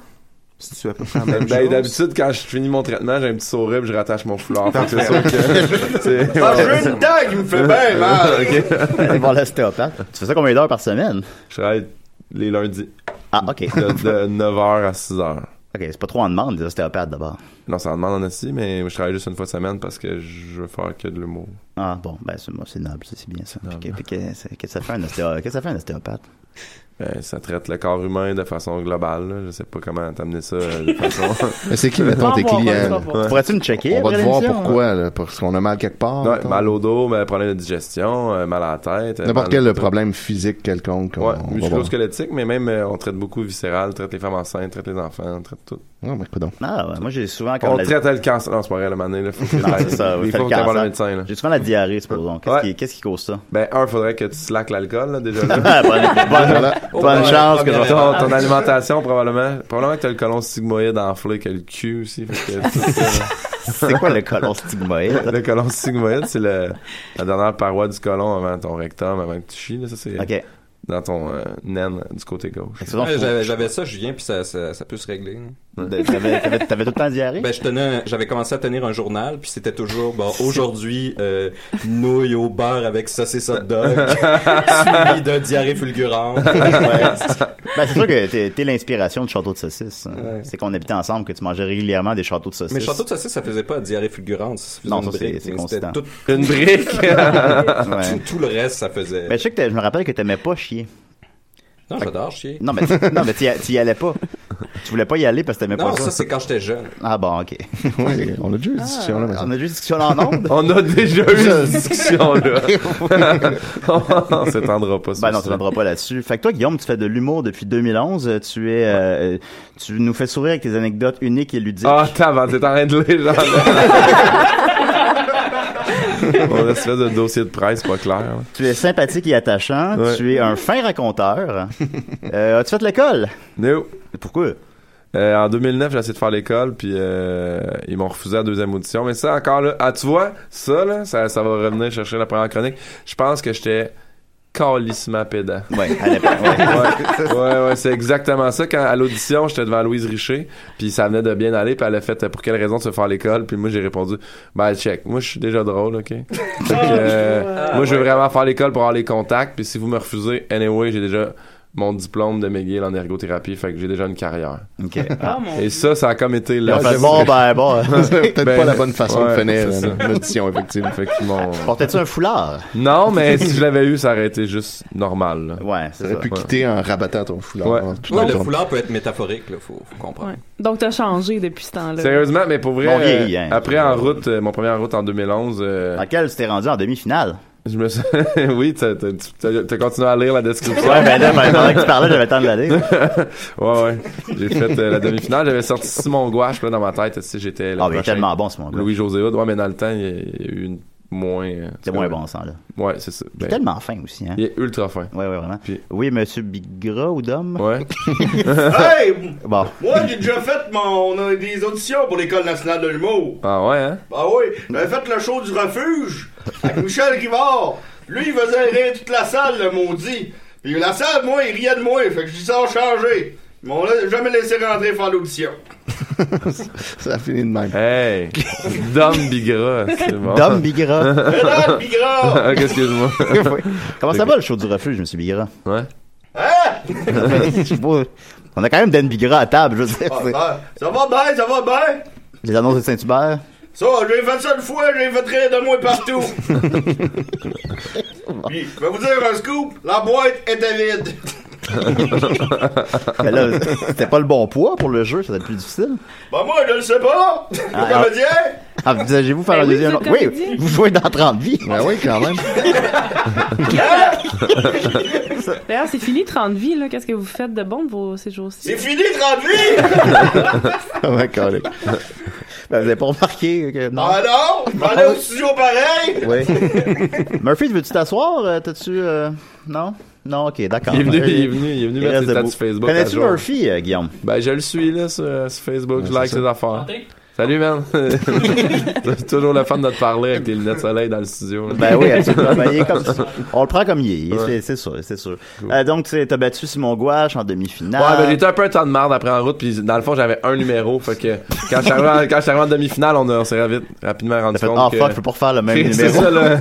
Si tu as pas fait la
Ben,
même
ben,
chose?
d'habitude quand je finis mon traitement, j'ai un petit sourire, puis je rattache mon foulard. Fait que c'est sûr que c'est
Ah,
ouais.
j'ai une dent qui me fait bien mal!
OK.
Aller voir l'ostéopathe. Tu fais ça combien d'heures par semaine?
Je travaille les lundis
Ah, ok.
de,
ok,
9h à 6h.
c'est pas trop en demande, les ostéopathes, d'abord.
Non, ça en demande en aussi, mais je travaille juste une fois semaine parce que je veux faire que de l'humour.
Ah, bon, ben, c'est, moi, c'est noble, ça, c'est bien ça. Puis que- puis que- c'est- Qu'est-ce que ça fait un ostéopathe? Qu'est-ce que ça fait un ostéopathe?
Ben, ça traite le corps humain de façon globale. là. Je sais pas comment t'amener ça euh, de façon.
Mais c'est qui, mettons,
Va
tes
voir, va
clients?
voir.
Ouais.
Pourrais-tu me checker?
On va
après
te voir
l'émission?
pourquoi, là, parce qu'on a mal quelque part.
Ouais,
mettons.
mal au dos, mais problème de digestion, euh, mal à la tête. euh,
N'importe
mal-
quel problème physique quelconque. on-
Ouais,
on va voir.
musculo-squelettique, mais même euh, on traite beaucoup viscéral, traite les femmes enceintes, traite les enfants, traite tout.
Ah, ben, coudonc.
Ah, ouais, moi, j'ai souvent comme
on
la...
traite le cancer. Non, c'est pas vrai, le mané, là. Faut que
Non, c'est ça,
Des fois,
fait le
faut que t'ailles voir le
cancer.
médecin, là.
J'ai souvent la diarrhée, supposons. Qu'est-ce,
Ouais.
qui, qu'est-ce qui cause ça?
Ben, un, faudrait que tu slackes l'alcool, là, déjà là.
Ah, bonne bonne- bonne chance que je
ton,
vais
ton alimentation, probablement. Probablement que t'as le colon sigmoïde enflé, que le cul aussi. fait que tout ça, là.
C'est quoi le colon stigmoïde?
le colon sigmoïde, c'est le- la dernière paroi du colon avant ton rectum, avant que tu chies, là. Ça, c'est
Ok.
dans ton euh, naine du côté gauche.
Fait que souvent,
Ouais,
faut-
j'avais, j'avais ça, Julien, puis ça, ça, ça peut se régler. hein.
De- T'avais t'avais- t'avais tout le temps diarrhée?
Ben, je tenais, un- j'avais commencé à tenir un journal, puis c'était toujours, bon, aujourd'hui, euh, nouilles au beurre avec saucisse hot dog, suivi d'un diarrhée fulgurante.
Ben, c'est sûr que t'es t'es l'inspiration du château de saucisses. hein.
Ouais.
C'est qu'on habitait ensemble que tu mangeais régulièrement des châteaux de saucisses.
Mais château de saucisse, ça faisait pas diarrhée fulgurante, ça faisait
Non,
une
ça, c'est-
brique,
c'est
mais c'était
constant.
tout-
Une brique. Ouais.
tout, tout le reste, ça faisait...
Ben, je sais que t'as- je me rappelle que t'aimais pas chier.
non, j'adore chier.
Non, mais, non, mais tu y, tu y allais pas. Tu voulais pas y aller parce que t'aimais
Non,
pas ça.
ça, c'est quand j'étais jeune.
Ah bon, ok.
Oui, on a déjà eu une discussion là.
On a déjà eu une discussion en ondes.
On a déjà eu cette discussion-là.
on
s'étendra pas sur
Ben non,
ça.
on s'étendra pas là-dessus. Fait que toi, Guillaume, tu fais de l'humour depuis 2011. Euh, Tu es, euh, euh, tu nous fais sourire avec tes anecdotes uniques et ludiques.
Ah, t'avant, t'es en train de lire, genre. On a fait de dossier de presse pas clair. là.
Tu es sympathique et attachant.
Ouais.
Tu es un fin raconteur. Euh, As-tu fait l'école?
No.
Pourquoi?
Euh, en 2009, j'ai essayé de faire l'école, puis euh, ils m'ont refusé la deuxième audition. Mais ça, encore là, ah, tu vois, ça, là, ça, ça va revenir chercher la première chronique. Je pense que j'étais calissement pédant.
Ouais, à l'époque,
ouais. ouais, ouais, c'est exactement ça. Quand à l'audition, j'étais devant Louise Richer, puis ça venait de bien aller, puis elle a fait euh, pour quelle raison tu veux faire l'école, puis moi j'ai répondu, ben check, moi je suis déjà drôle, ok. Fait que, euh,
Ah,
moi je veux
ouais.
vraiment faire l'école pour avoir les contacts, puis si vous me refusez, anyway, j'ai déjà mon diplôme de McGill en ergothérapie, fait que j'ai déjà une carrière.
Ok.
Ah, mon
Et ça, ça a comme été la.
Ouais, c'est bon, ben, bon. C'est peut-être pas la bonne façon de finir une
audition, effectivement. Fait qu'ils m'ont-
Portais-tu un foulard?
Non, mais si je l'avais eu, ça aurait été juste normal.
Ouais,
T'aurais pu quitter en rabattant ton foulard.
Ouais.
hein, tout
Ouais,
en
le
tournant.
foulard peut être métaphorique, là, faut, faut comprendre.
Donc, t'as changé depuis ce temps-là.
Sérieusement, mais pour vrai,
On vieillit,
euh,
hein. Ah,
après en route, euh, mon premier en route en 2011. Euh,
Laquelle tu t'es rendu en demi-finale?
Je me suis... oui, t'as, t'as, t'as- t'as continué à lire la description.
Ouais, ben là, ben, pendant que tu parlais, j'avais le temps de Ah, la lire.
ouais, ouais. J'ai fait euh, la demi-finale. J'avais sorti Simon Gouache là, dans ma tête. Si j'étais le
Ah, mais il est
prochain.
tellement bon, Simon Gouache.
Louis-José Hood. Ouais, mais dans le temps, il y a, il y a eu une moins... euh,
C'est moins bon, ça, là.
Ouais, c'est ça. Ben,
Il est tellement fin aussi, hein.
Il est ultra fin.
Ouais, ouais, vraiment. Oui, monsieur Bigra ou Dom?
Ouais.
Hey!
Bon.
Moi, j'ai déjà fait mon, on a des auditions pour l'École nationale de l'humour.
Ah ouais, hein?
Ah oui, j'avais fait le show du refuge avec Michel Rivard. Lui, il faisait rire toute la salle, le maudit. Puis la salle, moi, il riait de moi, fait que je dis ça a changé. Mais on l'a jamais laissé rentrer faire l'audition.
ça a fini de même.
Hey! Dom Bigra, c'est bon.
Dom Bigra.
Ah.
Dom Bigra!
Ok, Excuse-moi.
Comment ça va, le show du refuge, monsieur Bigra?
Ouais.
On a quand même Dan Bigra à table, je veux dire.
Ah,
c'est-
ben, ça va bien, ça va bien.
Les annonces de Saint-Hubert.
Ça, j'ai fait ça une fois, j'ai fait rire de moi partout. Puis, je vais vous dire un scoop, la boîte était vide.
Mais là, c'était pas le bon poids pour le jeu, ça va être plus difficile.
Ben moi, je le sais pas.
Ah,
le comédien.
Envisagez-vous faire
Ben
un
oui,
deuxième.
c'est le comédien.
Oui, vous jouez dans 30 vies.
Ben oui, quand même.
D'ailleurs, c'est fini 30 vies, là. Qu'est-ce que vous faites de bon de vos, ces jours-ci?
C'est fini 30 vies!
oh my God. Ben, vous avez pas remarqué que. Non.
Ah non, je vais aller au studio pareil.
Oui. Murphy, veux-tu t'asseoir? Euh, T'as-tu. euh, Non? Non, ok, d'accord.
Il est venu, il est venu, il est venu mettre
reste
ses stats
debout.
sur Facebook. à
Connais-tu
jour.
Murphy, euh, Guillaume?
Ben, je le suis, là, sur, euh, sur Facebook.
Ouais,
je like
c'est ça.
ses affaires. Salut, man. C'est toujours le fun de te parler avec tes lunettes de soleil dans le studio. là.
Ben oui, absolument. Ben, il est comme ça. On le prend comme il est. c'est- C'est sûr, c'est sûr. Euh, donc, tu sais, t'as battu Simon Gouache en demi-finale.
Ouais, ben, j'étais un peu un temps de marde après en route, puis dans le fond, j'avais un numéro. Fait que quand je suis arrivé en- quand je suis arrivé en, demi-finale, on, a- on s'est vite- rapidement rendu
fait,
compte.
Ah,
que-
fuck, je peux pas refaire le même
C'est
numéro.
ça, le,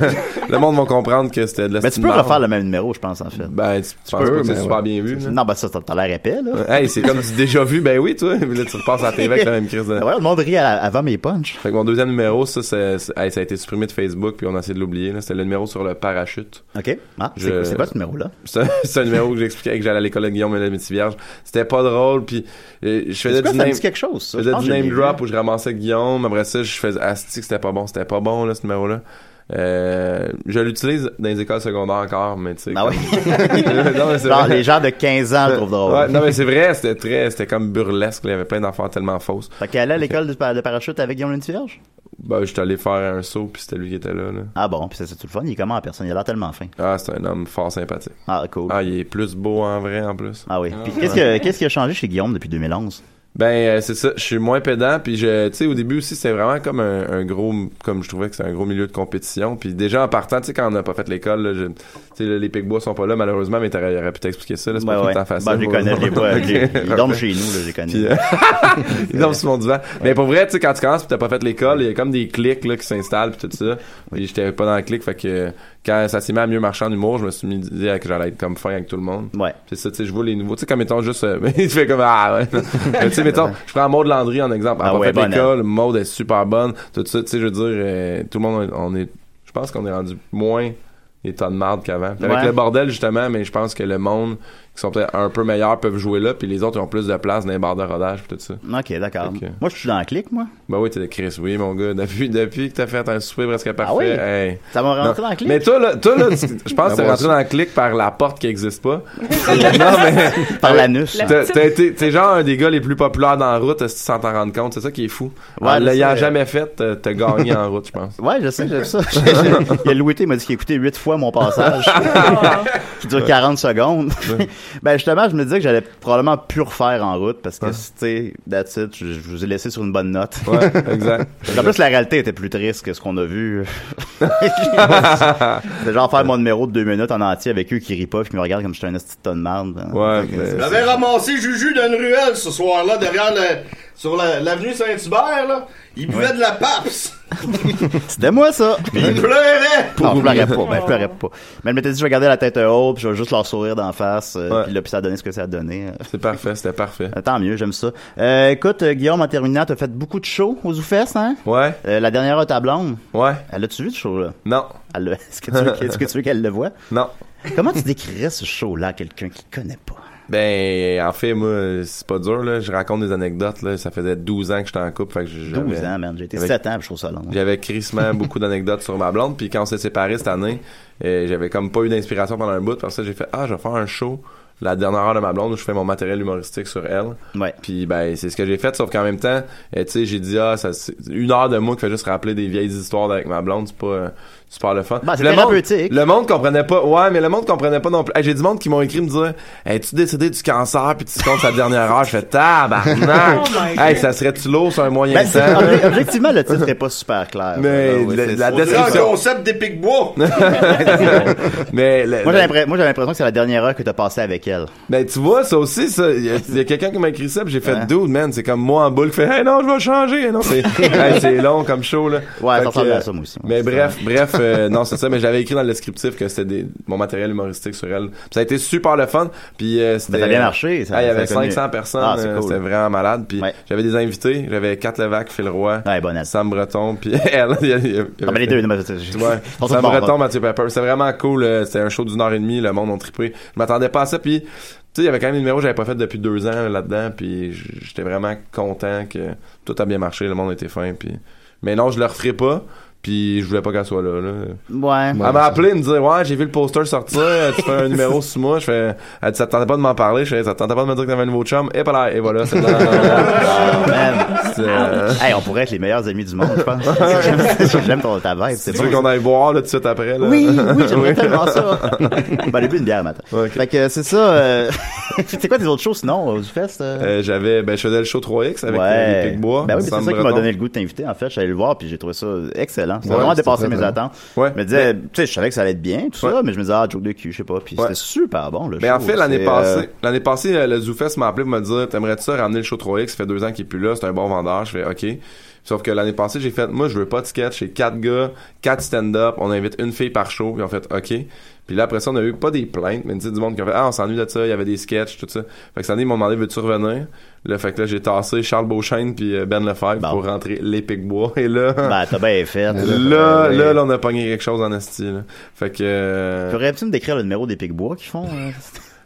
le monde va comprendre que c'était de la
Mais tu peux refaire le même numéro, je pense, en fait.
Ben, tu, penses pas que c'est super bien vu, là?
Non, ben ça, t'as t'as l'air épais, là.
Hey, c'est comme du déjà vu, ben oui, toi. Puis là, tu repasses à la TV avec la même crise hein. de.
Ouais, le monde rit à- avant mes punchs.
Fait que mon deuxième numéro, ça, c'est- c'est- hey, ça a été supprimé de Facebook, puis on a essayé de l'oublier. là. C'était le numéro sur le parachute.
OK. Ah, c'est
Je-
quoi- c'est quoi ce numéro-là?
C'est un- c'est un numéro que j'expliquais que j'allais à l'école de Guillaume et de Métis-Vierge. C'était pas drôle, puis euh, je faisais
C'est quoi,
du
ça
name...
me dit quelque chose,
Je
ça? Ah,
faisais
Je pense
du
que je
name
l'ai
drop
vu.
où je ramassais Guillaume. Après ça, je faisais Asti que c'était pas bon, c'était pas bon, là, ce numéro-là. Euh, je l'utilise dans les écoles secondaires encore, mais tu sais.
Ah
comme-
oui?
Non, mais c'est
Genre,
vrai.
les gens de 15 ans le trouvent drôle.
Ouais, non, mais c'est vrai, c'était très, c'était comme burlesque, là. il y avait plein d'enfants tellement fausses.
Fait qu'elle allait à l'école du pa- de parachute avec Guillaume Lentivierge?
Ben, j'étais allé faire un saut, puis c'était lui qui était là, là.
Ah bon, puis ça, c'est tout le fun. Il est comment en personne? Il a l'air tellement fin.
Ah, c'est un homme fort sympathique.
Ah, cool.
Ah, il est plus beau en vrai, en plus.
Ah oui. Puis qu'est-ce que- qu'est-ce qui a changé chez Guillaume depuis 2011?
Ben euh, c'est ça, je suis moins pédant puis je tu sais au début aussi c'était vraiment comme un, un gros comme je trouvais que c'est un gros milieu de compétition puis déjà en partant tu sais quand on n'a pas fait l'école là, je- tu sais là, les Picbois sont pas là malheureusement mais t'aurais aurais pu t'expliquer ça là, c'est
Ouais,
pas tout le
ouais.
temps facile.
Ben, je les connais, je les vois,
Ok,
je les- ils dorment
parfait.
chez nous, là, je les connais.
Puis, euh, ils dorment sur mon divan. Mais pour vrai tu sais quand tu commences puis t'as pas fait l'école, il y a comme des clics là qui s'installent puis tout ça. Puis j'étais pas dans le clic fait que quand ça s'est mis à mieux marcher en humour, je me suis mis à dire que j'allais être comme fin avec tout le monde.
Ouais.
C'est ça tu sais je vois les nouveaux tu sais comme mettons juste euh, il fait comme ah ouais. Mais tu sais mettons je prends Maud Landry en exemple. Elle
Ah
a pas
ouais,
fait
bonne,
l'école, Maud est super bonne. Tout ça, tu sais, je veux dire, euh, tout le monde, on est, je pense qu'on est rendu moins des tas de marde qu'avant. Puis Avec
Ouais.
le bordel, justement, mais je pense que le monde qui sont peut-être un peu meilleurs peuvent jouer là, puis les autres ils ont plus de place dans les barres de rodage, puis tout ça.
Ok, d'accord.
Fait que-
Moi, je suis dans le clic, moi.
Ben oui, t'es de Chris, oui, mon gars. Depuis, depuis que t'as fait un souper presque parfait,
Ah oui?
hey.
Ça m'a rentré
Non.
dans le clic?
Mais toi, là, toi, là tu- je pense que t'es
Ben, moi
rentré
aussi.
dans le clic par la porte qui existe pas. non, mais.
Par l'anus.
T'as- t'as été- T'es genre un des gars les plus populaires dans la route, est-ce que tu sans t'en rendre compte, c'est ça qui est fou.
Ouais,
en
mais
l'ayant
c'est-
jamais fait, t'as- t'as gagné en route, je pense.
Ouais, je sais, j'aime ça. Il y a Louis T, il m'a dit qu'il écoutait huit fois mon passage. qui dure 40 secondes. ben, justement, je me disais que j'allais probablement plus refaire en route parce que, tu sais, that's it, je, je vous ai laissé sur une bonne note.
Ouais, exact.
en plus, la réalité était plus triste que ce qu'on a vu. C'est genre faire mon numéro de deux minutes en entier avec eux qui rient pas puis qui me regardent comme si j'étais un esti de tonne de hein. marde.
Ouais, ben,
J'avais ramassé Juju d'une ruelle ce soir-là, derrière le- sur la- l'avenue Saint-Hubert, là. Il buvait
Ouais.
de la PAPS.
C'était moi, ça!
Il pleurait.
Non, je pleurais pas, ben, je pleurais pas. Mais elle m'était dit, je vais garder la tête haute, puis je vais juste leur sourire d'en face, euh,
Ouais.
puis là, puis ça a donné ce que ça a donné.
C'est parfait, c'était parfait.
Ben, tant mieux, j'aime ça. Euh, écoute, euh, Guillaume, en terminant, t'as fait beaucoup de shows aux Oufesses, hein?
Ouais.
la dernière à ta blonde?
Ouais.
Elle a-tu vu, ce show-là?
Non.
Elle l'a- Est-ce que tu veux, est-ce que tu veux qu'elle le voit?
Non.
Comment tu décrirais ce show-là à quelqu'un qui connaît pas?
Ben, en fait, moi, c'est pas dur, là. Je raconte des anecdotes, là. Ça faisait 12 ans que j'étais en couple, fait que j'ai
12
jamais-
ans, man. J'ai été
J'avais-
7 ans, puis je trouve ça long.
J'avais crissement beaucoup d'anecdotes sur ma blonde, puis quand on s'est séparés cette année, euh, j'avais comme pas eu d'inspiration pendant un bout, parce que j'ai fait ah, je vais faire un show la dernière heure de ma blonde où je fais mon matériel humoristique sur elle. Puis ben c'est ce que j'ai fait, sauf qu'en même temps, euh, tu sais, j'ai dit ah, ça, c'est une heure de moi qui fait juste rappeler des vieilles histoires avec ma blonde, c'est pas euh, super le fun.
Bah, c'est
le monde,
thérapeutique.
le monde comprenait pas. Ouais, mais le monde comprenait pas non plus. Hey, j'ai du monde qui m'ont écrit me dire, es-tu décédé du cancer puis tu te comptes la dernière heure. Je fais tabarnak.
Oh my
hey,
God.
ça serait-tu lourd sur un moyen
Ben,
temps?
c'est- obje- objectivement, le titre est pas super clair.
Mais
Ah oui,
la-
c'est-
la
c'est-
description-
Le concept des Picbois.
mais
Moi, j'ai l'impre- moi, j'ai l'impression que c'est la dernière heure que t'as passée avec elle.
Ben, tu vois, ça aussi, ça, il y a, y a quelqu'un qui m'a écrit ça, puis j'ai fait,
Ouais.
dude, man, c'est comme moi en boule qui fait, hey, non, je vais changer, non, c'est, hey, c'est long comme show, là.
Ouais,
Fait
ça
que,
ressemble à
euh,
ça, moi aussi.
Mais bref, bref, euh, non, c'est ça, mais j'avais écrit dans le descriptif que c'était des, mon matériel humoristique sur elle. Puis ça a été super le fun, puis euh, c'était.
Ben, ça a bien marché, ça-
Ah, il y
ça
avait
a connu.
500 personnes,
Ah, c'est
euh,
cool.
c'était vraiment malade, puis j'avais des invités, j'avais Kat Levac, Phil Roy, Sam Breton, puis elle. il y a- il y a-
Ah, ben, les deux, non, mais-
Tu vois,
Ils sont
ça me
tous bons,
retombe Mathieu Pepper. C'est vraiment cool. euh, C'était un show d'une heure et demie. Le monde ont trippé. Je m'attendais pas à ça. Puis, tu sais, il y avait quand même des numéros que j'avais pas fait depuis deux ans euh, là-dedans. Puis, j- j'étais vraiment content que tout a bien marché. Le monde était fin. Puis, mais non, je le referai pas. Puis, je voulais pas qu'elle soit là. là.
Ouais.
elle m'a appelé, elle me dit Ouais, j'ai vu le poster sortir, euh, tu fais un numéro sous moi. Je fais Elle dit Ça te tentait pas de m'en parler. Je fais Ça te tentait pas de me dire que t'avais un nouveau chum. Et voilà, et voilà. C'est euh,
Hey, on pourrait être les meilleurs amis du monde, je pense. J'aime- J'aime ton ta vibe, c'est
Tu
bon.
veux qu'on aille boire là, tout de suite après? Là?
Oui, oui, j'aimerais tellement ça. ben, aller bu une bière, matin. Fait que euh, c'est ça. euh, c'est quoi tes autres choses sinon, euh, du fest? euh?
Euh, j'avais ben je faisais le show 3X avec
Ouais.
euh, les Picbois.
Ben oui, mais
Sam
c'est ça qui m'a
Breton.
donné le goût de t'inviter. En fait, j'allais le voir puis j'ai trouvé ça excellent. Ça a
Ouais,
vraiment
c'était
dépassé
très,
mes
très
attentes.
Ouais.
Je me disais, tu sais, je savais que ça allait être bien, tout ça, mais je me disais, ah, joke de cul, je sais pas. Puis
Ouais.
c'était super bon, le
Mais
show.
Ben, en fait, l'année
C'est,
passée,
euh,
l'année passée, euh, le Zoufest m'a appelé pour me dire, t'aimerais-tu ça ramener le show 3X? Ça fait deux ans qu'il est plus là, c'est un bon vendeur. Je fais, OK. Sauf que l'année passée, j'ai fait, moi, je veux pas de sketch. J'ai quatre gars, quatre stand-up. On invite une fille par show. Puis on fait, OK. Puis là, après ça, on a eu pas des plaintes, mais tu sais, du monde qui a fait, ah, on s'ennuie de ça. Il y avait des sketchs, tout ça. Fait que cette année, ils m'ont demandé, veux-tu revenir? Là, fait que là, j'ai tassé Charles Beauchesne puis euh, Ben Lefebvre pour rentrer l'Épic Bois. Et là.
Ben, t'as bien fait.
hein. Là, là, là, on a pogné quelque chose en esti, là. Fait que. euh,
Pourrais-tu me décrire le numéro des Picbois qu'ils font? euh?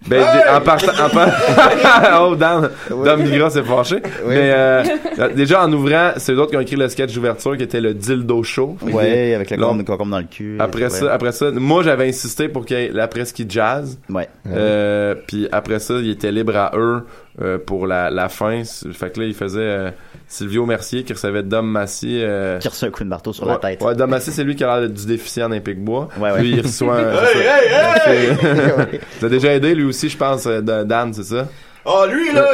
Ben, dé- en partant, en par- oh, Dan, Dom Migra s'est fâché. Mais, euh, euh, déjà, en ouvrant, c'est eux autres qui ont écrit le sketch d'ouverture qui était le dildo show. Fait que-
Ouais, avec la
Là, on-
corne de concombre dans le cul.
Après
Ouais.
ça, après ça, moi, j'avais insisté pour qu'il y ait la presqu'île jazz.
Ouais.
Euh, puis après ça, ils étaient libres à eux, euh, pour la, la fin. Fait que là, ils faisaient, euh, Silvio Mercier qui recevait Dom Massy, euh,
Tire ça un coup de marteau sur
Ouais,
la tête.
Ouais, Damassé, c'est lui qui a l'air du déficient d'un bois.
Ouais, ouais.
Lui, il reçoit.
Hey,
c'est ça.
hey, hey!
C'est- T'as déjà aidé, lui aussi, je pense, euh, Dan, c'est ça?
Ah, lui, là,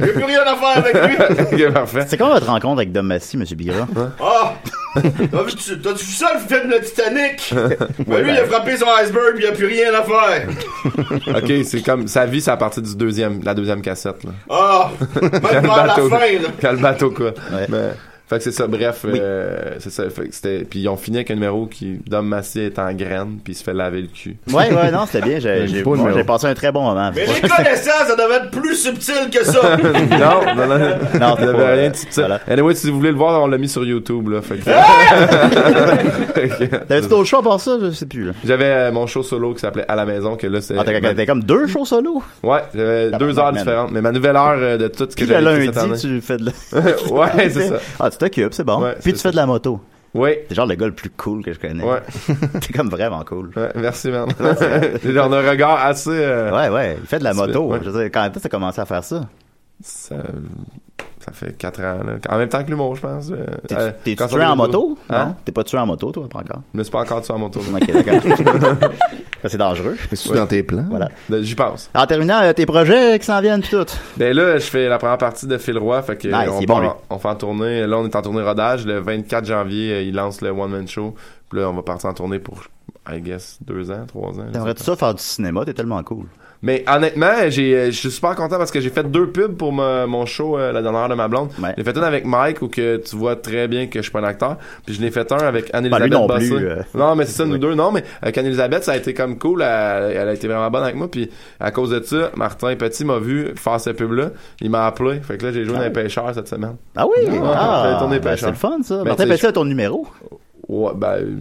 j'ai plus rien à faire avec lui.
C'est quand votre rencontre avec Dom Massy, M. Bira?
Ah! T'as vu, tu- t'as-tu vu ça le film Le Titanic? Ben,
Ouais,
lui,
ben.
il a frappé son iceberg puis il a plus rien à faire.
ok, c'est comme sa vie, c'est à partir du deuxième, la deuxième cassette. Là.
Ah!
quand, le
vers la
bateau,
fin, là.
quand le bateau, quoi. Mais, fait que c'est ça, bref, euh, c'est ça. Fait que c'était, puis ils ont fini avec un numéro qui, Dom Massy est en graine, puis il se fait laver le cul.
Ouais, ouais, non, c'était bien. J'ai,
Un
j'ai-
beau
moi,
numéro.
j'ai passé un très bon moment.
Mais les connaissances, ça devait être plus subtil que ça.
non, non, non, non, il
Non,
y
t'es
avait
pas-
rien de subtil. Anyway, si vous voulez le voir, on l'a mis sur YouTube, là. Fait que-
Ah!
T'avais-tu d'autres shows à part ça? Je sais plus. là.
J'avais euh, mon show solo qui s'appelait À la maison, que là, c'est.
Ah, t'as, t'as- t'as comme deux shows solo?
Ouais, j'avais
Tabarnak,
deux heures
man.
différentes, mais ma nouvelle heure euh, de tout ce que
Puis le
j'avais fait cette
lundi,
année.
tu fais de la...
Ouais, c'est ça.
Ah, tu t'occupes, c'est bon. Puis tu fais de la moto.
Oui.
T'es genre le gars le plus cool que je connais.
Ouais.
T'es comme vraiment cool.
Ouais, merci, man. J'ai un regard assez... euh,
Ouais, ouais. Il fait de la
spécial,
moto.
ouais.
Je veux dire, quand est-ce que t'as commencé à faire ça?
Ça, ça fait 4 ans, là. En même temps que l'humour, je pense. euh,
T'es,
euh,
t'es
quand ça
tué en
fait le
moto?
dos. Hein?
Non? T'es pas tué en moto, toi, pas encore?
Je me suis pas encore tué en moto.
Ok, d'accord. Ça, c'est dangereux.
C'est-tu dans tes plans?
Voilà.
Ben, J'y pense.
En terminant, euh, tes projets qui s'en viennent, pis tout.
Ben là, je fais la première partie de Phil Roy, fait que
Nice,
on,
il est bon,
part-
lui.
on fait en tournée. Là, on est en tournée rodage. Le 24 janvier, euh, il lance le One Man Show. Puis là, on va partir en tournée pour, I guess, deux ans, trois ans. je sais
T'aimerais-tu ça faire du cinéma? T'es tellement cool.
Mais honnêtement, j'ai, euh, je suis super content parce que j'ai fait deux pubs pour ma- mon show euh, la dernière heure de ma blonde. J'ai fait une avec Mike où que tu vois très bien que je suis pas un acteur, puis je l'ai fait un avec Anne-Elisabeth
Pas lui non
Bossé.
plus, euh.
Non, mais c'est ça nous deux. Non, mais avec Anne-Elisabeth, ça a été comme cool, elle, elle a été vraiment bonne avec moi puis à cause de ça, Martin Petit m'a vu faire cette pub là, il m'a appelé. Fait que là j'ai joué dans les pêcheurs cette semaine.
Ah oui?
Ouais,
Ah,
j'ai tourné
ben,
Pêcheurs.
c'est le fun, ça.
Ben,
Martin
tu sais,
Petit a ton numéro.
Ouais, ben,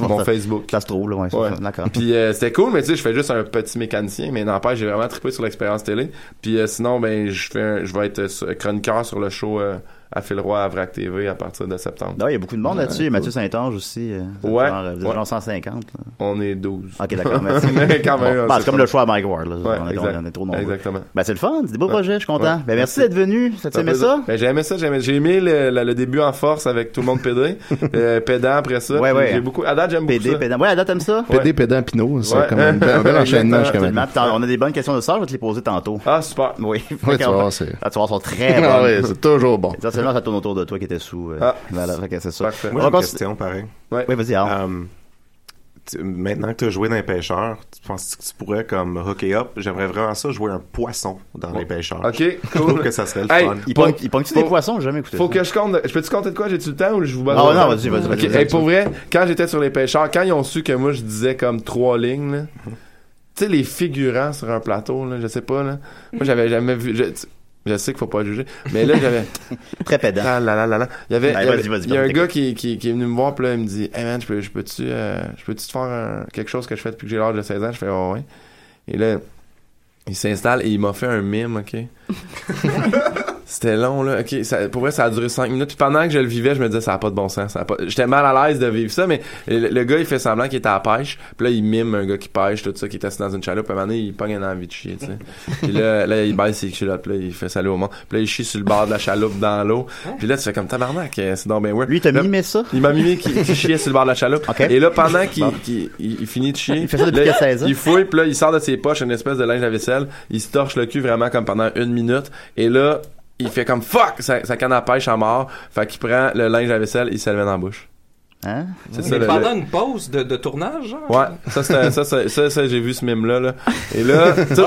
mon
ça-
Facebook.
Ça se trouve, là, ouais, c'est
Ouais.
ça, D'accord.
Puis euh, c'était cool, mais tu sais, je fais juste un petit mécanicien, mais n'empêche, j'ai vraiment trippé sur l'expérience télé. Puis euh, sinon, ben, je fais, un- je vais être euh, sur- chroniqueur sur le show euh, à Phil Roy à Vrac TV à partir de septembre.
Non, il y a beaucoup de monde
Ouais,
là-dessus. Il y a
cool.
Mathieu Saint-Ange aussi. euh, vous êtes
Ouais.
genre- vous êtes
Ouais.
genre 150. là.
On est 12.
Ok, d'accord. merci.
Mais quand même,
Bon,
hein,
bah,
c'est
c'est comme
pas-
le choix à Mike Ward. là.
Ouais,
on, est,
exact.
on est trop nombreux.
Exactement.
Ben, c'est le fun. C'est des beaux projets. Je suis content.
Ouais.
Ben, merci d'être venu. Ça
Ça
t'aimait
fait
ça?
plaisir. Ben, j'ai aimé ça, j'ai aimé, j'ai aimé le, le- le début en force avec tout le monde pédé, euh, pédant après ça.
Ouais,
Puis
ouais.
J'ai beaucoup, à date, j'aime beaucoup
PD,
ça.
pédant. Ouais, Ada, t'aimes ça?
PD, pédant, Pinot, c'est
Ouais.
comme un bel, un bel enchaînement jusqu'à
Tellement.
maintenant.
Puis t'en- On a des bonnes questions de ça. Je vais te les poser tantôt.
Ah, super.
Oui.
Ouais, tu vas voir, c'est-
Ah, tu vas voir, elles sont très bonnes.
Ah ouais, c'est toujours bon.
Essentiellement, ça tourne autour de toi qui était sous. euh,
Ah.
Voilà, fait que c'est ça.
Moi,
On
j'ai
va
une
cons-
question, pareil.
Oui, vas-y,
Ah.
Aaron.
Euh, tu- maintenant que tu as joué dans les pêcheurs, tu penses que tu pourrais comme hooker up? J'aimerais vraiment ça jouer un poisson dans les pêcheurs.
Ok,
Je
cool.
trouve que ça serait le
Ah, Hey,
fun.
Il
Faut-
pogne- il pogne-tu des
faut-
poissons? J'ai jamais écouté
Faut
ça.
que je compte. Je peux-tu compter de quoi? J'ai-tu le temps ou je vous bats?
Ah ouais, non, vas-y, vas-y, vas-y,
Ok,
vas-y.
hey, pour vrai, quand j'étais sur les pêcheurs, quand ils ont su que moi je disais comme trois lignes, là, tu sais, les figurants sur un plateau, là, je sais pas, là. Moi, j'avais jamais vu. Je, tu- je sais qu'il faut pas juger, mais là, j'avais.
Très pédant.
Ah là là là là. Il y avait.
Ben,
il y avait-
vas-y, vas-y,
il y a un
vas-y,
gars qui, qui, qui est venu me voir, puis là, il me dit Hey man, je peux- je peux-tu euh, je peux-tu te faire un- quelque chose que je fais depuis que j'ai l'âge de 16 ans Je fais oh, Ouais, ouais. Et là, il s'installe et il m'a fait un mime, ok c'était long, là. OK, ça- pour vrai, ça a duré 5 minutes. Puis pendant que je le vivais, je me disais, ça n'a pas de bon sens. ça a pas- J'étais mal à l'aise de vivre ça, mais le, le gars, il fait semblant qu'il était à la pêche. Puis là, il mime un gars qui pêche, tout ça, qui est assis dans une chaloupe. Puis à un moment donné, il pogne une envie de chier, tu sais. Puis là, là, il baisse ses culottes. Puis là, il fait salut au monde. Puis là, il chie sur le bord de la chaloupe dans l'eau. Puis là, tu fais comme tabarnak. euh, C'est donc bien weird.
Lui, il t'a
Là,
mimé ça?
Il m'a mimé qu'il qu'il chiait sur le bord de la chaloupe. Et là, pendant qu'il
Bon.
qu'il- il- il finit de chier,
Il fait ça depuis
là,
qu'il a 16 ans.
il fouille, puis là, il sort de ses poches une espèce de linge à vaisselle. Il se torche le cul vraiment comme pendant une minute. Et là, il fait comme fuck! Sa, sa canne à pêche à mort. Fait qu'il prend le linge à vaisselle, il se le met dans la bouche.
Hein?
C'est
Mais
ça le.
pendant une pause de, de tournage, genre?
Ouais, ça, c'est- ça, c'est- ça, ça, j'ai vu ce mime-là, là. Et là,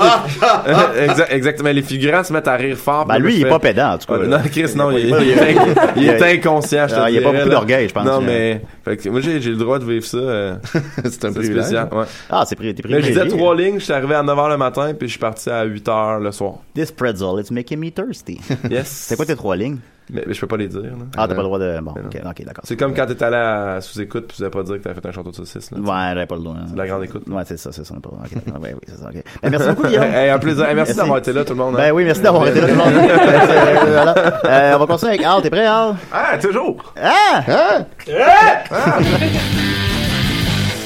tu sais, Exact- exactement, les figurants se mettent à rire fort.
Ben,
puis
lui,
je
il est
fais-
pas pédant, en tout cas,
Ouais,
là.
Ah, Non, Chris, non, il,
Il est pas-
il est, inc- il est
il est-
inconscient, je te
Ah, il y a pas
dirais,
beaucoup
là.
d'orgueil, je pense,
Non,
là.
mais, fait que moi, j'ai j'ai le droit de vivre ça. euh, c'est un
privilège.
ouais.
Ah, c'est pri- t'es
Mais je
privilégié.
disais trois lignes, je suis arrivé à 9h le matin, puis je suis parti à 8h le soir.
This pretzel, it's making me thirsty.
Yes.
C'est quoi tes trois lignes?
Mais, mais je peux pas les dire, là.
Ah, t'as pas le droit de. Bon, ok, ok, d'accord.
C'est comme quand t'es allé à sous-écoute, puis tu n'avais pas dire que t'avais fait un château de saucisse, là.
Ouais, j'avais pas le droit. C'est
la grande écoute.
Ouais, c'est ça, c'est ça. on est pas- ok, d'accord, ouais, oui, c'est ça. ok. Ben, merci beaucoup, Guillaume.
Hey, un plaisir. Hey, merci d'avoir été là, tout le monde, hein.
Ben oui, merci d'avoir été là, tout le monde. Euh, voilà. Euh, on va continuer avec Al. T'es prêt, Al?
Ah, toujours!
Ah!
Ah!
C'est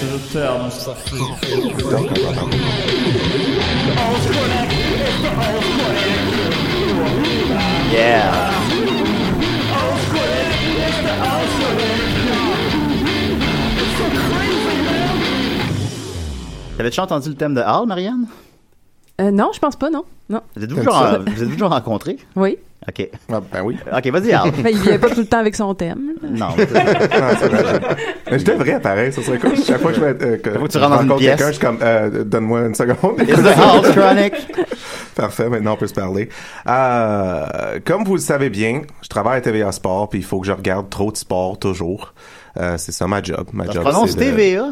le terme, ça.
Yeah! T'avais déjà entendu le thème de Hall, Marianne?
Euh, non, je pense pas, non. Non.
Vous êtes-vous déjà, vous êtes déjà rencontrés?
Oui.
OK.
Ah,
ben oui.
OK, vas-y, Arles.
Ben, il vient pas tout le temps avec son thème.
Non.
Mais je devrais pareil, ça serait cool. Chaque fois que je, vais, euh, que
Faut que tu
je
rentres dans une
rencontre
pièce.
quelqu'un, je suis comme, euh, donne-moi une seconde.
Is the house chronic?
Parfait, maintenant on peut se parler. Euh, comme vous le savez bien, je travaille à TVA Sport, puis il faut que je regarde trop de sport toujours. Euh, c'est ça ma job. Ma
Ça se
job
prononce
c'est de-
TVA.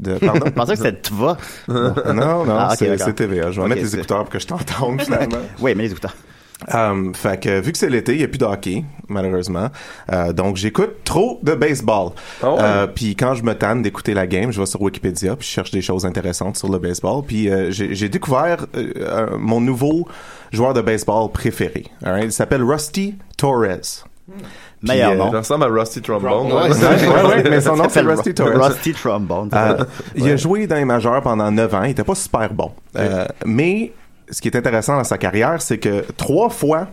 de- pardon?
Je pensais que c'était TVA.
Non, non,
Ah, ok,
c'est
d'accord.
c'est TVA. Je vais
Ok,
mettre les
c'est-
écouteurs pour que je t'entende finalement.
oui, mais les écouteurs.
Um, fait que vu que c'est l'été, il n'y a plus de hockey, malheureusement. Euh, donc j'écoute trop de baseball. Euh, puis quand je me tanne d'écouter la game, je vais sur Wikipédia, puis je cherche des choses intéressantes sur le baseball. Puis euh, j'ai j'ai découvert euh, euh, mon nouveau joueur de baseball préféré. Alright, Il s'appelle Rusty Torres. Puis,
Meilleur
euh,
nom. Ça ressemble à Rusty Trombone.
Ouais, c'est- ouais, ouais, mais son nom c'est Rusty Torres.
Rusty Trombone.
Euh, Il a joué dans les majeurs pendant 9 ans. Il était pas super bon. Euh, mais ce qui est intéressant dans sa carrière, c'est que trois fois,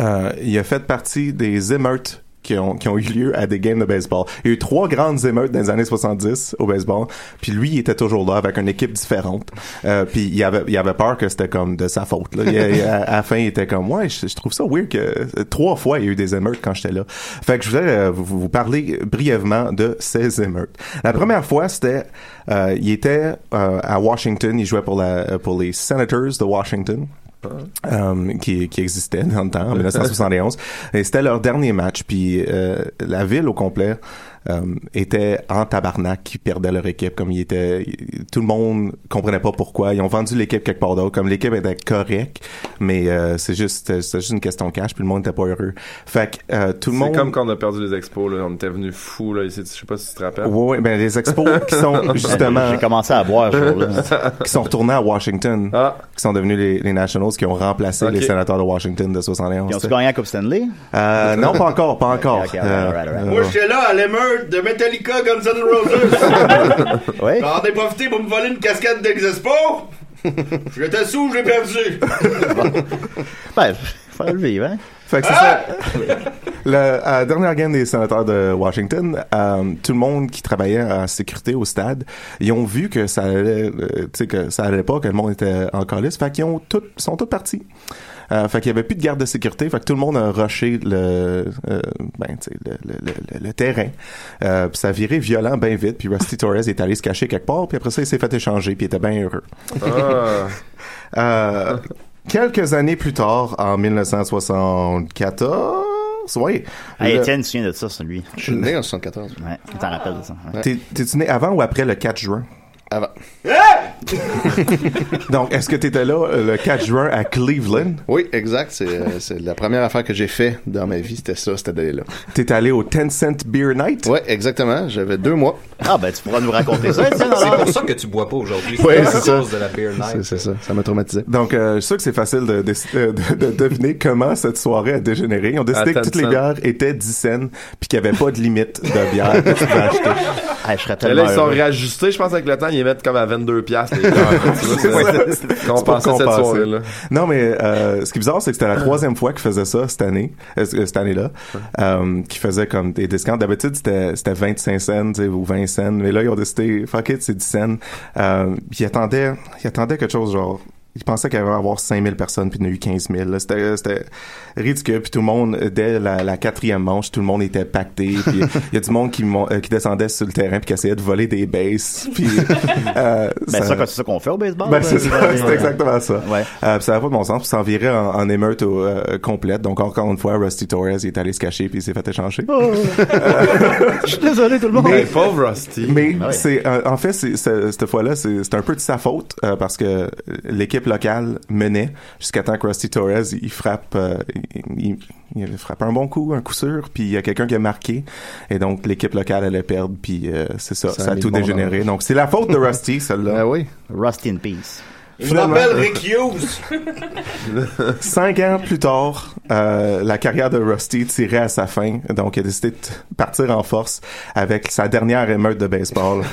euh, il a fait partie des émeutes qui ont, qui ont eu lieu à des games de baseball. Il y a eu trois grandes émeutes dans les années 70 au baseball, puis lui, il était toujours là avec une équipe différente. Euh, puis il avait, il avait peur que c'était comme de sa faute. Là. Il- il- à, à la fin, il était comme, ouais, je, je trouve ça weird que euh, trois fois, il y a eu des émeutes quand j'étais là. Fait que je voulais euh, vous, vous parler brièvement de ces émeutes. La première fois, c'était, euh, il était euh, à Washington, il jouait pour, la, euh, pour les Senators de Washington. Um, qui, qui existait dans le temps, en 1971. Et c'était leur dernier match. Puis euh, la ville au complet um, était en tabarnak qui perdait leur équipe. Comme il était, il- tout le monde comprenait pas pourquoi. Ils ont vendu l'équipe quelque part d'autre. Comme l'équipe était correcte, mais euh, c'est juste, c'était- c'était juste une question de cash. Puis le monde était pas heureux. Fait que euh, tout le
C'est
monde.
comme quand on a perdu les expos, là. On était venu fou, là, ici. Je sais pas si tu te rappelles.
Ouais, ouais, ben les expos qui sont justement.
J'ai
commencé à boire,
qui sont retournés à Washington.
Ah.
Qui sont devenus les, les Nationals, qui ont remplacé
Ok.
les sénateurs de Washington de 71.
Ils ont-tu
t'sais.
gagné la Coupe Stanley?
Euh, non, pas encore, pas encore.
Ok, ok,
Euh,
alright, alright.
euh,
Moi, j'étais là à l'émeute de Metallica Guns N' Roses.
ouais.
Ah.
J'en ai profité pour me voler une casquette d'Exespo. J'étais sous, j'ai perdu.
Ben, faut le vivre, hein?
Fait que c'est ça.
Ah!
Le, à la dernière game des sénateurs de Washington, euh, tout le monde qui travaillait en sécurité au stade, ils ont vu que ça allait, euh, tu sais, que ça allait pas, que le monde était en calice. Fait qu'ils ont tout, sont tous partis. Euh, fait qu'il y avait plus de garde de sécurité. Fait que tout le monde a rushé le, euh, ben, tu sais, le, le- le- le- le terrain. Euh, puis ça a viré violent bien vite. Puis Rusty Torres est allé se cacher quelque part. Puis après ça, il s'est fait échanger. Puis il était bien heureux.
Ah.
Euh, quelques années plus tard, en 1974, oui.
Hey,
le-
Étienne, tu te souviens de ça, celui. Je
suis né
en 74.
Ouais, tu t'en rappelles de ça. ouais.
T'es- T'es-tu né avant ou après le 4 juin?
Avant.
Donc, est-ce que tu étais là euh, le 4 juin à Cleveland?
Oui, exact. C'est euh, c'est la première affaire que j'ai fait dans ma vie, c'était ça, c'était d'aller là.
T'es allé au Tencent Beer Night?
Oui, exactement. J'avais deux mois.
Ah, ben, tu pourras nous raconter
C'est pour ça que tu bois pas aujourd'hui.
Oui,
à
c'est ça.
cause de la beer
C'est
night.
c'est ça. Ça m'a traumatisé.
Donc, euh, je suis sûr que c'est facile de, de- euh, de- de deviner comment cette soirée a dégénéré. Ils ont décidé
À
que toutes les
Tencent.
bières étaient 10 cents puis qu'il n'y avait pas de limite de bière que tu pouvais acheter.
Ah, je serais
Mais là,
tellement
ils sont
heureux.
réajustés. Je pense avec le temps, ils les mettent comme à 22 piastres, les gars. Tu vois, c'est-
C'est pour
Compenser cette
compenser.
soirée-là.
Non, mais euh, ce qui est bizarre, c'est que c'était la troisième fois qu'ils faisaient ça cette année, euh, c- euh, cette année-là, euh, qu'ils faisaient comme des discounts. D'habitude, c'était c'était 25 cents tu sais, ou 20 cents, mais là, ils ont décidé, fuck it, c'est 10 cents. Euh, puis ils attendaient, ils attendaient quelque chose genre... Ils pensaient qu'il allait y avoir 5000 personnes, puis il y en a eu 15 000. là. C'était euh, c'était ridicule. Puis tout le monde, euh, dès la, la quatrième manche, tout le monde était pacté. Puis il y a du monde qui, mon- euh, qui descendait sur le terrain, puis qui essayait de voler des bases. Puis, euh,
Ben, ça, c'est ça qu'on fait au
Oh,
baseball.
ben,
là.
c'est ça,
Ouais.
c'est exactement ça.
Ouais.
Euh, pis ça n'a pas de bon sens. Puis ça en virait en, en émeute au, euh, complète. Donc, encore une fois, Rusty Torres il est allé se cacher puis il s'est fait échanger.
Je suis désolé, tout le monde.
Mais-
pauvre Rusty.
Mais
Ouais.
c'est euh, en fait, c'est, c'est- cette fois-là, c'est, c'est un peu de sa faute euh, parce que l'équipe locale menait jusqu'à temps que Rusty Torres il frappe, euh, il, il- il frappe un bon coup, un coup sûr, puis il y a quelqu'un qui a marqué et donc l'équipe locale allait perdre. Puis euh, c'est ça,
Ça
ça,
a
a
mis
tout
le monde
dégénéré.
en-
Donc c'est la faute de Rusty, celle-là.
Ah oui.
Rust in peace.
Je m'appelle Rick Hughes.
Cinq ans plus tard, euh, la carrière de Rusty tirait à sa fin, donc il a décidé de partir en force avec sa dernière émeute de baseball.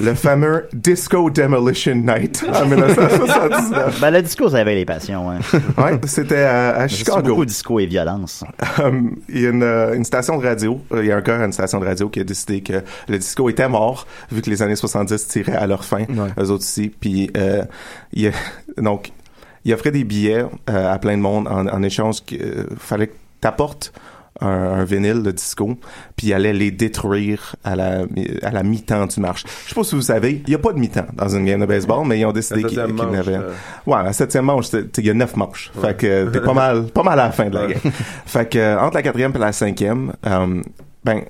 Le fameux Disco Demolition Night en 1979.
Ben, le disco, ça avait les passions, hein.
Ouais, c'était à, à Chicago.
beaucoup de disco et violence.
Um, il y a une, euh, une station de radio, euh, il y a un gars à une station de radio qui a décidé que le disco était mort, vu que les années 70 tiraient à leur fin, eux autres aussi. Puis, euh, il y a- donc, il offrait des billets euh, à plein de monde en, en échange qu'il fallait que t'apportes un, un vinyle de disco, puis il allait les détruire à la, à la mi-temps du marche. Je sais pas si vous savez, il n'y a pas de mi-temps dans une game de baseball, mais ils ont décidé
La
qu'il qu'il
septième
y en
manche,
avait.
euh.
Ouais, la septième manche, c'est- t'sais, il y a neuf manches. Fait que t'es pas mal, pas mal à la fin de la game. fait que euh, entre la quatrième et la cinquième, euh, ben,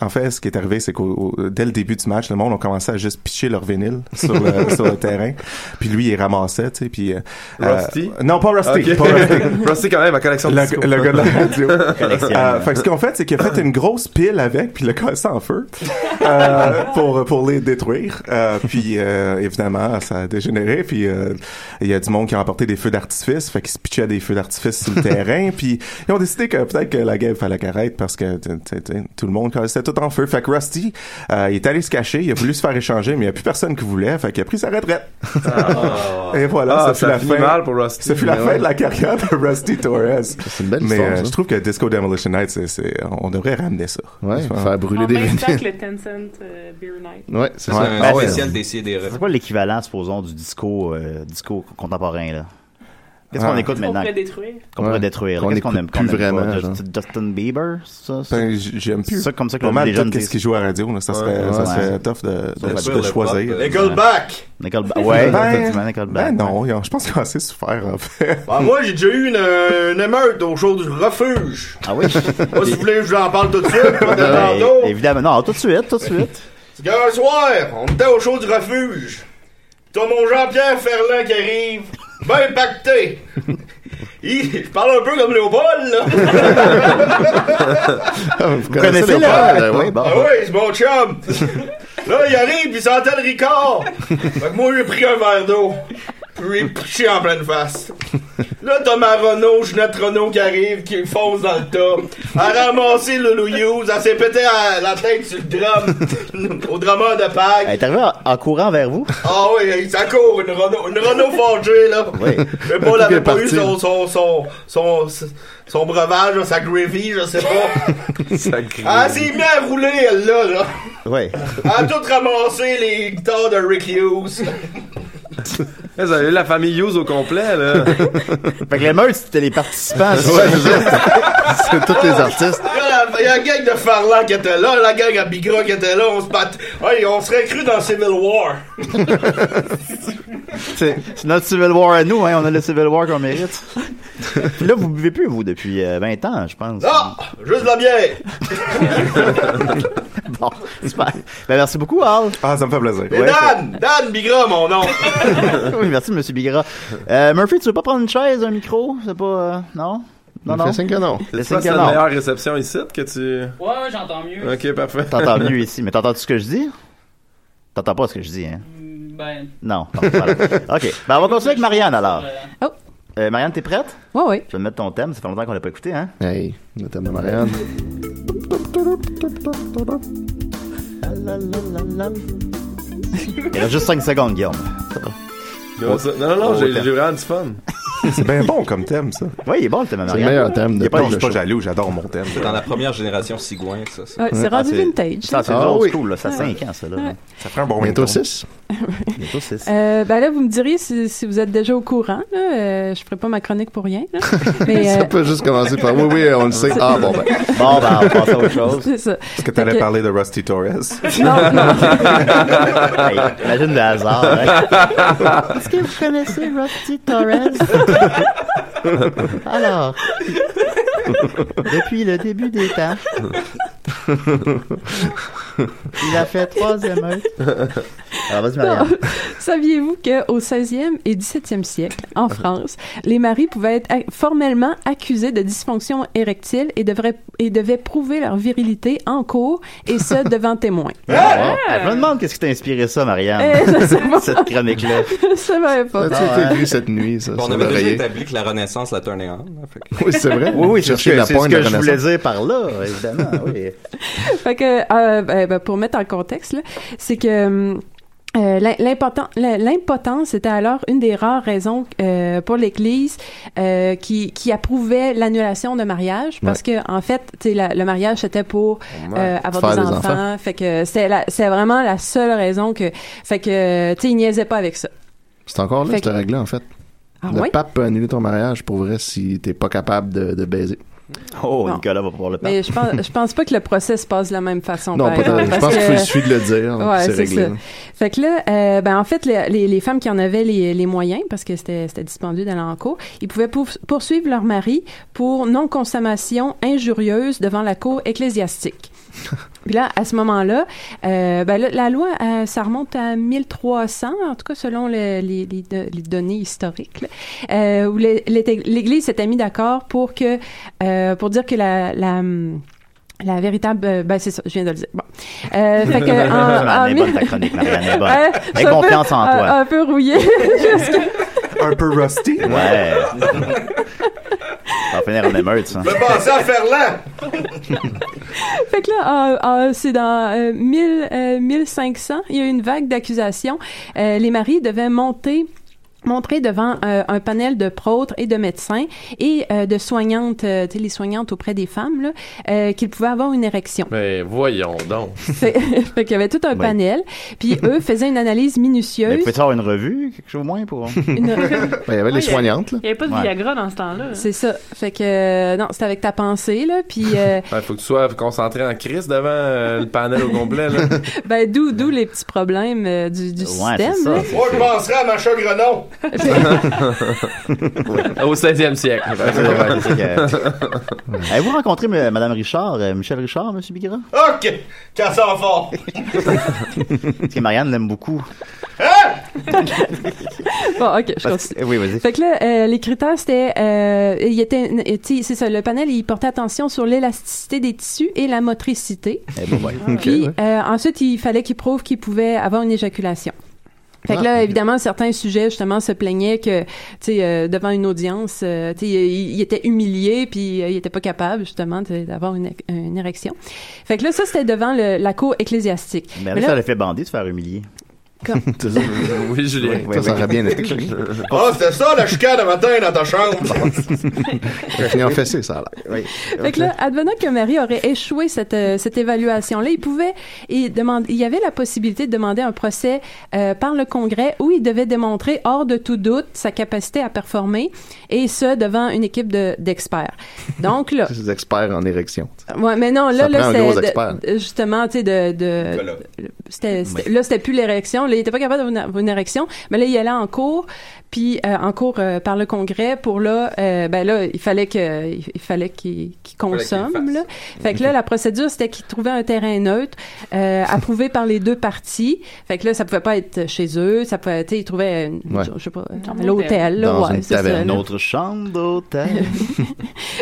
en fait, ce qui est arrivé, c'est qu'au au- dès le début du match, le monde a commencé à juste pitcher leur vinyle sur le, sur le terrain. Puis lui, il ramassait, tu sais. Puis euh,
Rusty?
euh, non, pas Rusty.
Ok.
Pas Rusty.
Rusty, quand même, à collection de Ah,
le,
disco.
le gars de la radio.
Collectionne.
Euh, fait que ce qu'on fait, c'est qu'il a fait une grosse pile avec, puis il l'a cassé en feu euh, pour pour les détruire. Euh, puis euh, évidemment, ça a dégénéré. Puis euh, il y a du monde qui a emporté des feux d'artifice, fait qu'ils se pitchaient des feux d'artifice sur le terrain. Puis ils ont décidé que peut-être que la guerre fallait qu'elle arrête parce que tu sais, tu sais, tout le monde c'était tout en feu. Fait que Rusty, euh, il est allé se cacher, il a voulu se faire échanger, mais il n'y a plus personne qui voulait. Fait qu'il a pris sa retraite. Et voilà,
Ah,
ça, fut
ça
la
finit
fin.
mal pour Rusty.
Ça fut la
Mais
fin
ouais.
de la carrière de Rusty Torres. C'est une
belle
Mais
histoire,
euh,
ça.
je trouve que Disco Demolition Night, c'est, c'est- on devrait ramener ça.
Ouais,
Je pense.
faire brûler
En même temps que le Tencent euh, Beer Night.
Ouais, c'est ça.
Ah ouais.
C'est quoi l'équivalent, supposons, du disco, euh, disco contemporain, là? Qu'est-ce qu'on
Ah.
écoute
Qu'on
maintenant?
pourrait détruire.
Qu'on pourrait
Ouais.
détruire.
Qu'on
Qu'est-ce qu'on
écoute
aime
plus
qu'on aime pas?
vraiment,
Just- Justin Bieber, ça? ça?
Ben, j- j'aime plus.
C'est ça, comme ça que
Pas
les
mal
jeunes
tout
disent.
ce qui joue à la radio, là, ça serait,
Ouais,
ça
ouais.
serait tough de, de-
Ouais,
de
sûr, le
choisir.
pop, là. Nickelback! Nickelback. Ouais,
Ben,
effectivement, Nickelback.
Ben non, ils ont- je pense qu'ils ont assez souffert, en fait.
Ah, moi, j'ai déjà eu une, euh, une émeute au jour du refuge.
Ah oui?
Moi, si vous voulez, je vous en parle tout de suite. pas de tantôt.
Ouais, évidemment, non, tout de suite, tout de suite.
C'est qu'un euh, soir, on était au show du refuge. T'as mon Jean-Pierre Ferland qui arrive, ben pacté. Il- je parle un peu comme Léopold, là.
Vous
connaissez
Léopold?
Léopold?
Oui, bon.
Ah oui, c'est mon chum. Là, il arrive, il sentait le ricard. Fait que moi, j'ai pris un verre d'eau. Puis, piché en pleine face. Là, t'as ma Renault, Jeanette Renault qui arrive, qui fonce dans le tas. Elle a ramassé le Hughes, elle s'est pété à la tête sur le drum, au drummer de Pâques.
Elle est arrivée en, en courant vers vous.
Ah oui, ça court, une Renault, une Renault forgée, là.
Oui.
Mais Paul
Elle est
n'avait pas eu
partie.
son, son, son, son, son breuvage, là, sa gravy, je sais pas. Ah, s'est mis à rouler, elle, là, là.
Ouais.
Elle a tout ramassé les guitares de Rick Hughes.
Eh, Vous avez eu la famille Hughes au complet, là.
fait que les meufs, c'était les participants.
c'est tous les artistes.
Là, Ah, la, la gang de Farland qui était là, la gang à Bigra qui était là, on se bat. Hey, on serait cru dans Civil War.
C'est c'est notre Civil War à nous, hein. On a le Civil War qu'on mérite. Puis là, vous buvez plus, vous, depuis euh, 20 ans, je pense.
Ah, juste de la bière.
Bon, super. Ben, merci beaucoup, Al.
Ah, ça me fait plaisir.
Et Dan, Dan Bigra, mon nom.
oui, merci, Monsieur Bigra. Euh, Murphy, tu veux pas prendre une chaise, un micro? C'est pas... euh, non? Non, non. Le
C'est
signe
pas
que
la
non.
meilleure réception ici que tu.
Ouais, j'entends mieux.
Ok, parfait.
T'entends mieux ici, mais t'entends-tu ce que je dis? T'entends pas ce que je dis, hein?
Ben,
Non. t'entends pas. ok, ben on va continuer avec Marianne, alors. Euh, Marianne, t'es prête?
Oui, oui.
Je vais te mettre ton thème, ça fait longtemps qu'on l'a pas écouté, hein?
Hey, le thème de Marianne.
Il reste juste 5 secondes, Guillaume.
Non, ça- non, non, j'ai- j'ai
vraiment du fun. C'est bien bon comme thème, ça.
Oui, il est bon le thème à
C'est
Marianne.
le meilleur thème de
Il est pas,
tout
je
le
suis pas
show.
jaloux.
jaloux, j'adore mon thème.
C'est dans la première génération cigouin, ça. ça.
Ouais, c'est
Ah,
rendu
c'est-
vintage.
Ça, c'est
Ah,
du old
oui.
school, là. Ça a
Ouais.
5 ans, ça, là.
Ouais.
Ça prend un bon
Bientôt
ringtone.
6.
Bientôt 6.
Euh, ben là, vous me diriez si, si vous êtes déjà au courant. Là, euh, je ferai pas ma chronique pour rien. là. Mais, euh,
Ça peut juste commencer par oui, oui, on le sait. Ah, bon, ben.
Bon, ben, on passe à autre chose.
c'est ça.
Est-ce que t'allais
Fait que-
parler de Rusty Torres?
Non, non.
Hey, imagine le hasard, hein? Est-ce que vous connaissez Rusty Torres? Alors, depuis le début des temps, il a fait trois émeutes. Alors, vas-y, Marianne.
Non. Saviez-vous qu'au 16e et 17e siècle, en France, les maris pouvaient être ac- formellement accusés de dysfonction érectile et devraient, et devaient prouver leur virilité en cours, et ce, devant témoins.
Ah, Je me demande qu'est-ce qui t'a inspiré ça, Marianne.
Eh, je sais pas.
Cette chronique-là.
Je savais pas.
As-tu été écrit cette nuit, ça?
Bon, on
ça
avait
va
déjà
rayer.
établi que la Renaissance la tournait en.
Oui, c'est vrai.
Oui, oui, c'est ce
Chercher
que,
la
c'est ce
pointe
que
de
je voulais
Renaissance.
dire par là, évidemment, oui.
Fait que, euh, ben, ben, pour mettre en contexte, là, c'est que hum, euh, l'im- l'important- l'im- l'impotence était alors une des rares raisons euh, pour l'Église euh, qui, qui approuvait l'annulation de mariage parce que en fait, tu sais, la- le mariage c'était pour euh, avoir
Faire
des
des
enfants.
enfants.
Fait que c'est la- c'est vraiment la seule raison que, fait que, tu sais, ils niaisaient pas avec ça.
C'est encore là,
Fait
cette
que-
règle-là, en fait. le
ouais?
pape peut annuler ton mariage pour vrai si t'es pas capable de, de baiser.
Oh,
Bon.
Nicolas va pouvoir le
Mais je pense, je pense pas que le procès se passe de la même façon.
Non,
par
pas tant.
exemple,
Je
parce
pense qu'il
que-
faut- il suffit de le dire, puis
Ouais,
c'est
c'est
réglé,
ça.
là.
Fait que là, euh, ben, en fait, les, les- les femmes qui en avaient les, les moyens, parce que c'était c'était dispendieux d'aller en cours, ils pouvaient pour- poursuivre leur mari pour non-consommation injurieuse devant la cour ecclésiastique. Puis là, à ce moment-là, euh, ben là, la loi, euh, ça remonte à 1300, en tout cas selon le- les, les do- les données historiques, là, euh, où l'é- l'é- l'Église s'était mise d'accord pour que, euh, pour dire que la, la, la véritable, euh, ben c'est ça, je viens de le dire. Bon. Euh, fait que en, en
Elle est bonne, ta chronique, Marianne, elle est bonne.
Ouais,
Aie
je suis un
confiance
peu-
en
un-
toi.
Un peu rouillé.
Un peu rusty.
Ouais. On va finir en émeute, ça.
Je vais passer à Ferland!
fait que là, en- en- c'est dans euh, 1000, euh, 1500, il y a eu une vague d'accusations. Euh, les maris devaient monter montrer devant euh, un panel de prôtres et de médecins et euh, de soignantes, euh, tu sais, les soignantes auprès des femmes, là, euh, qu'ils pouvaient avoir une érection.
Mais voyons donc.
fait, fait qu'il y avait tout un
Oui.
panel, puis eux faisaient une analyse
Mais
minutieuse.
peut-être avoir une revue, quelque chose au moins pour.
Une revue.
il y avait
Ouais, il
les
y a-
soignantes, là.
il y avait pas de
Ouais.
Viagra.
Gras dans ce temps-là.
C'est ça. Fait que, euh, non, c'était avec ta pensée, là, puis... euh,
Ouais, Ben, faut que tu sois concentré en crise devant euh, le panel au complet. Là.
Ben, d'où, d'où les petits problèmes euh, du, du système. là.
Moi, je penserais à Macha Grenon!
au 16e siècle.
Avez-vous rencontré euh, Madame Richard, euh, Michel Richard, Monsieur Bigra?
Ok! Casse en fort!
Parce que Marianne l'aime beaucoup.
Bon, ok, je
Parce-
continue.
Oui, vas-y.
Fait que là, euh, les critères, c'était... euh, il était, tu sais, c'est ça, le panel, il portait attention sur l'élasticité des tissus et la motricité.
Eh ben, ouais.
Puis euh, ensuite, il fallait qu'il prouve qu'il pouvait avoir une éjaculation. Fait que
Ah,
là,
ok.
évidemment, certains sujets, justement, se plaignaient que, tu sais, euh, devant une audience, euh, tu sais, il, il était humilié, puis euh, il était pas capable, justement, de- d'avoir une, une érection. Fait que là, ça, c'était devant le- la cour ecclésiastique.
Mais
Mais
là,
là-
ça l'a fait bander de se faire humilier.
Comme-
oui, Julien.
Oui,
Ça, ça
oui.
aurait bien été.
Ah, c'était ça la chicane le matin dans ta chambre!
J'ai fini en fessée, ça a l'air.
Fait que là, advenant que Marie aurait échoué cette, euh, cette évaluation-là, il pouvait, il, demande, il y avait la possibilité de demander un procès euh, par le Congrès où il devait démontrer hors de tout doute sa capacité à performer, et ce, devant une équipe de- d'experts. Donc là,
Ces experts en érection.
ouais, mais non, là,
Ça
là
prend un gros
de-
expert.
de- justement, tu sais, de, de- c'était, c'était- là, c'était plus l'érection. Là, il était pas capable d'avoir une, avoir une érection, mais là, il allait en cours, puis euh, en cours euh, par le Congrès pour là, euh, ben là, il fallait que, il, il fallait qu'il, qu'il consomme. là. Fait que là, la procédure, c'était qu'il trouvait un terrain neutre, euh, approuvé par les deux parties. Fait que là, ça pouvait pas être chez eux, ça pouvait, tu sais, il trouvait, une-
Ouais.
je sais pas,
Dans
à l'hôtel, là,
Dans
ouais,
une
c'est ça,
taverne.
là.
Notre chambre d'hôtel.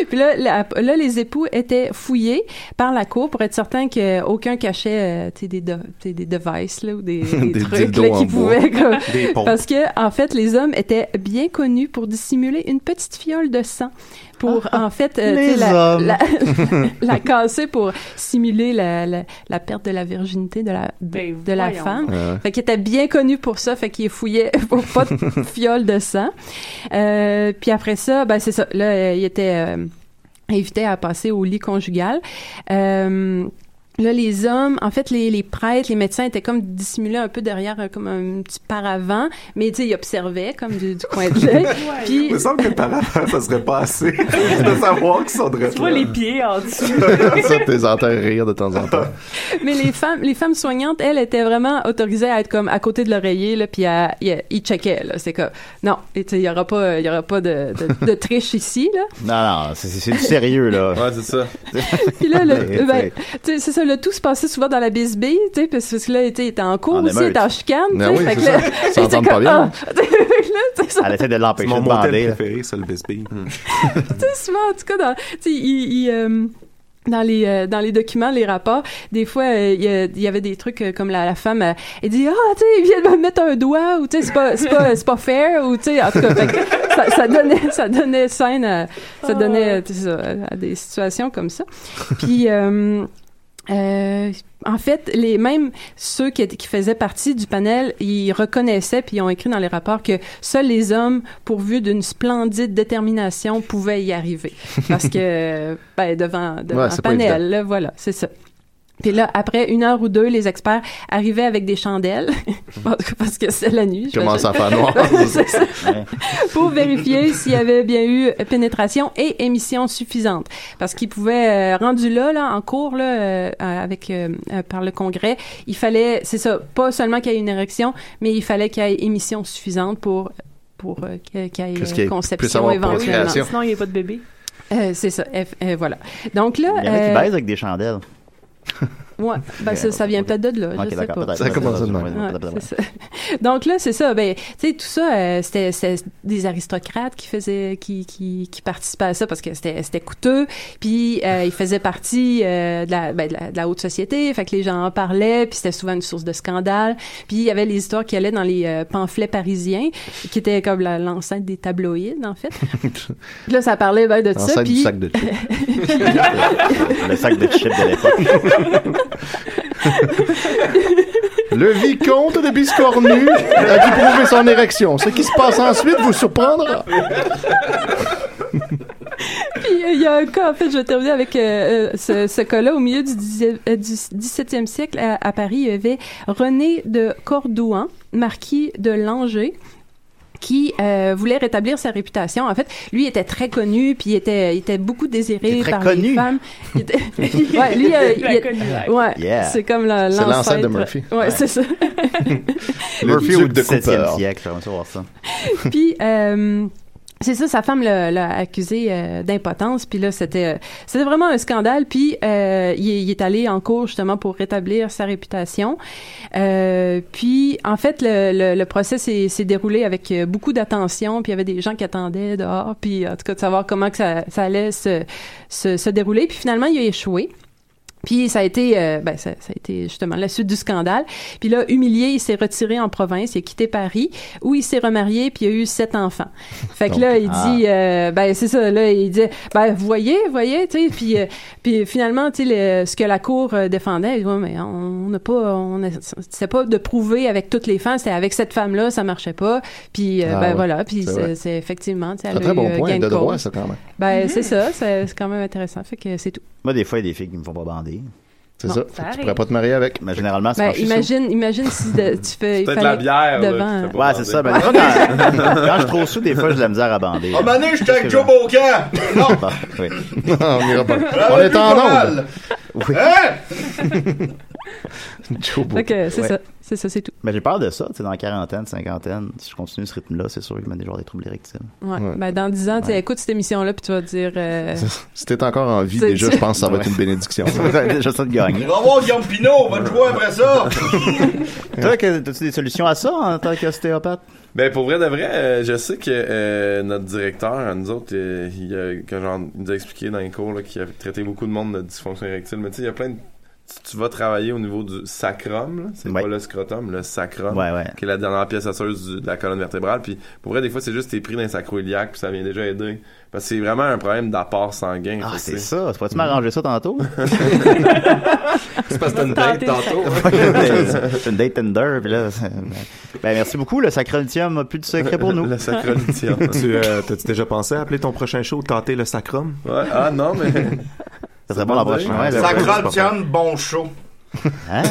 Puis là, la- là, les époux étaient fouillés par la cour pour être certain qu'aucun cachait euh, tu sais, des, de- tu sais, des devices là, ou des, des
Des
trucs
dildos
là,
en
qui
bois.
pouvaient... Comme...
Des pompes.
Parce que, en fait, les hommes étaient bien connus pour dissimuler une petite fiole de sang pour, en fait, euh, tu sais,
Les
la,
hommes.
la, la casser pour simuler la, la, la perte de la virginité de la, de, de la
voyons.
femme.
Ah ouais.
Fait qu'il était bien connu pour ça, fait qu'il fouillait pour pas de fiole de sang. Euh, puis après ça, ben c'est ça. Là, euh, il était euh, invité à passer au lit conjugal. Euh, Là, les hommes, en fait, les, les prêtres, les médecins étaient comme dissimulés un peu derrière euh, comme un petit paravent, mais tu sais, ils observaient comme du, du coin de l'œil. Puis-
Il me semble que par rapport, ça serait pas assez de savoir qu'ils sont de retour.
pieds en dessous.
ça, t'es entends rire de temps en temps.
Mais les femmes, les femmes soignantes, elles étaient vraiment autorisées à être comme à côté de l'oreiller là, puis à y- y checker. Là, c'est comme non, et tu sais, il y aura pas, il y aura pas de, de- de triche ici là.
Non, non, c'est- c'est c'est du sérieux, là.
Ouais, c'est ça.
Puis là, le,
Mais,
ben, tu sais, c'est ça, le tout se passait souvent dans la bisbille, tu sais, parce parce que là, tu sais, il était en cours
En
aussi, il
émeute.
était en chicane, tu
Ben
sais,
oui,
fait que
c'est
là,
ça.
il était
S'entendent pas
comme,
bien.
ah, tu sais, fait que là, tu sais, ça-
Elle essaie de
C'est
l'empêcher
mon
de
motel
bander.
préféré, ça, le Bisbee.
tu sais, souvent, en tout cas, dans, tu sais, il- il, euh, dans les euh, dans les documents, les rapports, des fois euh, il y a- il y, avait des trucs euh, comme la, la femme, euh, elle dit ah tu sais il vient de me mettre un doigt ou tu sais c'est pas c'est pas c'est pas fair ou tu sais en tout cas fait que ça, ça donnait ça donnait scène à, ça donnait tu sais, ça, à des situations comme ça. Puis euh, euh, en fait, les même ceux qui, étaient- qui faisaient partie du panel, ils reconnaissaient puis ils ont écrit dans les rapports que seuls les hommes pourvus d'une splendide détermination pouvaient y arriver, parce que ben, devant, devant
Ouais,
un
c'est pas
panel,
évident.
là, voilà, c'est ça. Puis là, après une heure ou deux, les experts arrivaient avec des chandelles, parce que c'est la nuit.
Comment
j'imagine.
ça fait noir?
C'est ça. Pour vérifier s'il y avait bien eu euh, pénétration et émission suffisante. Parce qu'ils pouvaient, euh, rendu là, là, en cours, là, euh, euh, avec, euh, euh, par le Congrès, il fallait, c'est ça, pas seulement qu'il y ait une érection, mais il fallait qu'il y ait émission suffisante pour, pour euh, qu'il y ait
Qu'est-ce qu'il y
euh,
a- puisse
conception
avoir pour
éventuellement.
création.
Sinon, il n'y a pas de bébé.
Euh, c'est ça, eff- euh, voilà. Donc là...
Il y en a qui
euh,
baisent avec des chandelles.
Ouais, ben ça, ça vient peut-être de là.
Ok,
je sais
d'accord,
pas.
peut-être, Ça commence peut-être, de même.
Ouais,
peut-être,
c'est ça. Donc là, c'est ça. Ben, tu sais, tout ça, euh, c'était c'était des aristocrates qui faisaient, qui, qui, qui participaient à ça parce que c'était c'était coûteux. Puis euh, ils faisaient partie euh, de, la, ben, de la de la haute société. Fait que les gens en parlaient. Puis c'était souvent une source de scandale. Puis il y avait les histoires qui allaient dans les euh, pamphlets parisiens, qui étaient comme la- l'enceinte des tabloïdes en fait. Puis là, ça parlait ben, de ça.
Enceinte du
Puis
sac de chips.
Le sac de chips de l'époque.
Le vicomte de Biscornu a dû prouver son érection. Ce qui se passe ensuite vous surprendra.
Puis euh, il y a un cas, en fait, je vais terminer avec euh, euh, ce, ce cas-là. Au milieu du, 10e euh, du 17e siècle, à, à Paris, il y avait René de Cordouan, marquis de Langeais qui euh, voulait rétablir sa réputation. En fait, lui était très connu, puis il était, il était beaucoup désiré
Il est très
par les
connu.
femmes. Il était- ouais, lui, euh, il est- ouais,
Yeah.
c'est comme la-
C'est
l'ancêtre.
l'ancêtre de Murphy.
Ouais, c'est ça.
Le
Murphy
duc
au
de
17e
Cooper.
siècle, j'aimerais savoir ça.
puis euh, c'est ça, sa femme l'a l'a accusé euh, d'impotence. Puis là, c'était euh, c'était vraiment un scandale. Puis euh, il, est- il est allé en cours justement pour rétablir sa réputation. Euh, puis en fait, le, le, le procès s'est s'est déroulé avec euh, beaucoup d'attention. Puis il y avait des gens qui attendaient dehors. Puis en tout cas, de savoir comment que ça, ça allait se, se, se dérouler. Puis finalement, il a échoué. Puis ça a été, euh, ben, ça, ça a été justement la suite du scandale. Puis là, humilié, il s'est retiré en province, il a quitté Paris, où il s'est remarié, puis il a eu sept enfants. Fait que là, il
ah.
dit, euh, ben c'est ça, là, il dit, ben vous voyez, vous voyez, tu sais, puis, euh, puis finalement, tu sais, le- ce que la cour euh, défendait, il dit, Ouais, mais on n'a pas, on a- c'était pas de prouver avec toutes les femmes, c'était avec cette femme-là, ça marchait pas. Puis euh,
Ah
ben
ouais,
voilà, puis
c'est
c'est-
vrai.
c'est effectivement, tu sais,
C'est
elle
un
a
très
eu,
bon
euh,
point
gain
de droit,
cause.
ça, Mm-hmm. quand même.
Ben c'est ça, c'est c'est quand même intéressant. Fait que c'est tout.
Moi, des fois, il y a des filles qui me font pas bander.
C'est
Bon,
ça.
ça
Tu
arrive.
pourrais pas te marier avec.
Mais généralement, ça
Ben,
marche sous.
imagine, imagine si de- tu fais. il
Peut-être la
fallait
bière, là,
Devant.
qui fait pas
Ouais,
bander.
c'est ça. Mais des fois, quand, quand je suis trop sous, des fois, j'ai de la misère à bander.
À un moment donné, j'étais avec
C'est
Joe
vrai.
Bocan. Non,
Bon, oui.
Non, on ira pas.
j'en
On
avais
est
vu
en
pas
onde.
mal. Hein?
Joe Bocan.
Fait que c'est
Ouais.
ça. C'est ça, c'est tout.
Mais j'ai peur de ça, tu sais, dans la quarantaine, cinquantaine. Si je continue ce rythme-là, c'est sûr qu'il m'a déjà des troubles érectiles.
Ouais.
Ouais.
Ben, dans 10 ans, tu
Ouais.
écoutes cette émission-là, puis tu vas te dire. euh,
Si t'es encore en vie,
C'est-
déjà, je pense que ça va être
Ouais.
une bénédiction.
J'ai déjà ça de
Il
gagner.
va voir Guillaume Pinot, on va te jouer après ça.
Toi, que- t'as-tu des solutions à ça en tant qu'ostéopathe?
Ben pour vrai de vrai, euh, je sais que euh, notre directeur, à nous autres, euh, il, a- que genre, il nous a expliqué dans les cours là, qu'il a traité beaucoup de monde de dysfonction érectile, mais tu sais, il y a plein de... tu- Tu vas travailler au niveau du sacrum, là. c'est
Ouais.
pas le scrotum, le sacrum,
Ouais, ouais.
qui est la dernière pièce osseuse du- de la colonne vertébrale. Puis pour vrai, des fois, c'est juste t'es pris dans un sacro-iliaque, puis ça vient déjà aider. Parce que c'est vraiment un problème d'apport sanguin.
Ah,
Fait que,
c'est
tu sais,
ça. Tu pourrais-tu m'arranger ça tantôt?
C'est parce que t'as une
Tenter
date
le
tantôt. hein.
C'est une date Tinder, puis là. c'est- Ben, merci beaucoup. Le sacralitium a plus de secret pour nous.
Le sacrolithium.
tu as déjà pensé à appeler ton prochain show Tenter le sacrum?
ouais. Ah non, mais
Ça serait bon la
pas
prochaine.
vrai.
ouais, la-
Ça crotte, Tiane, bon show.
Hein?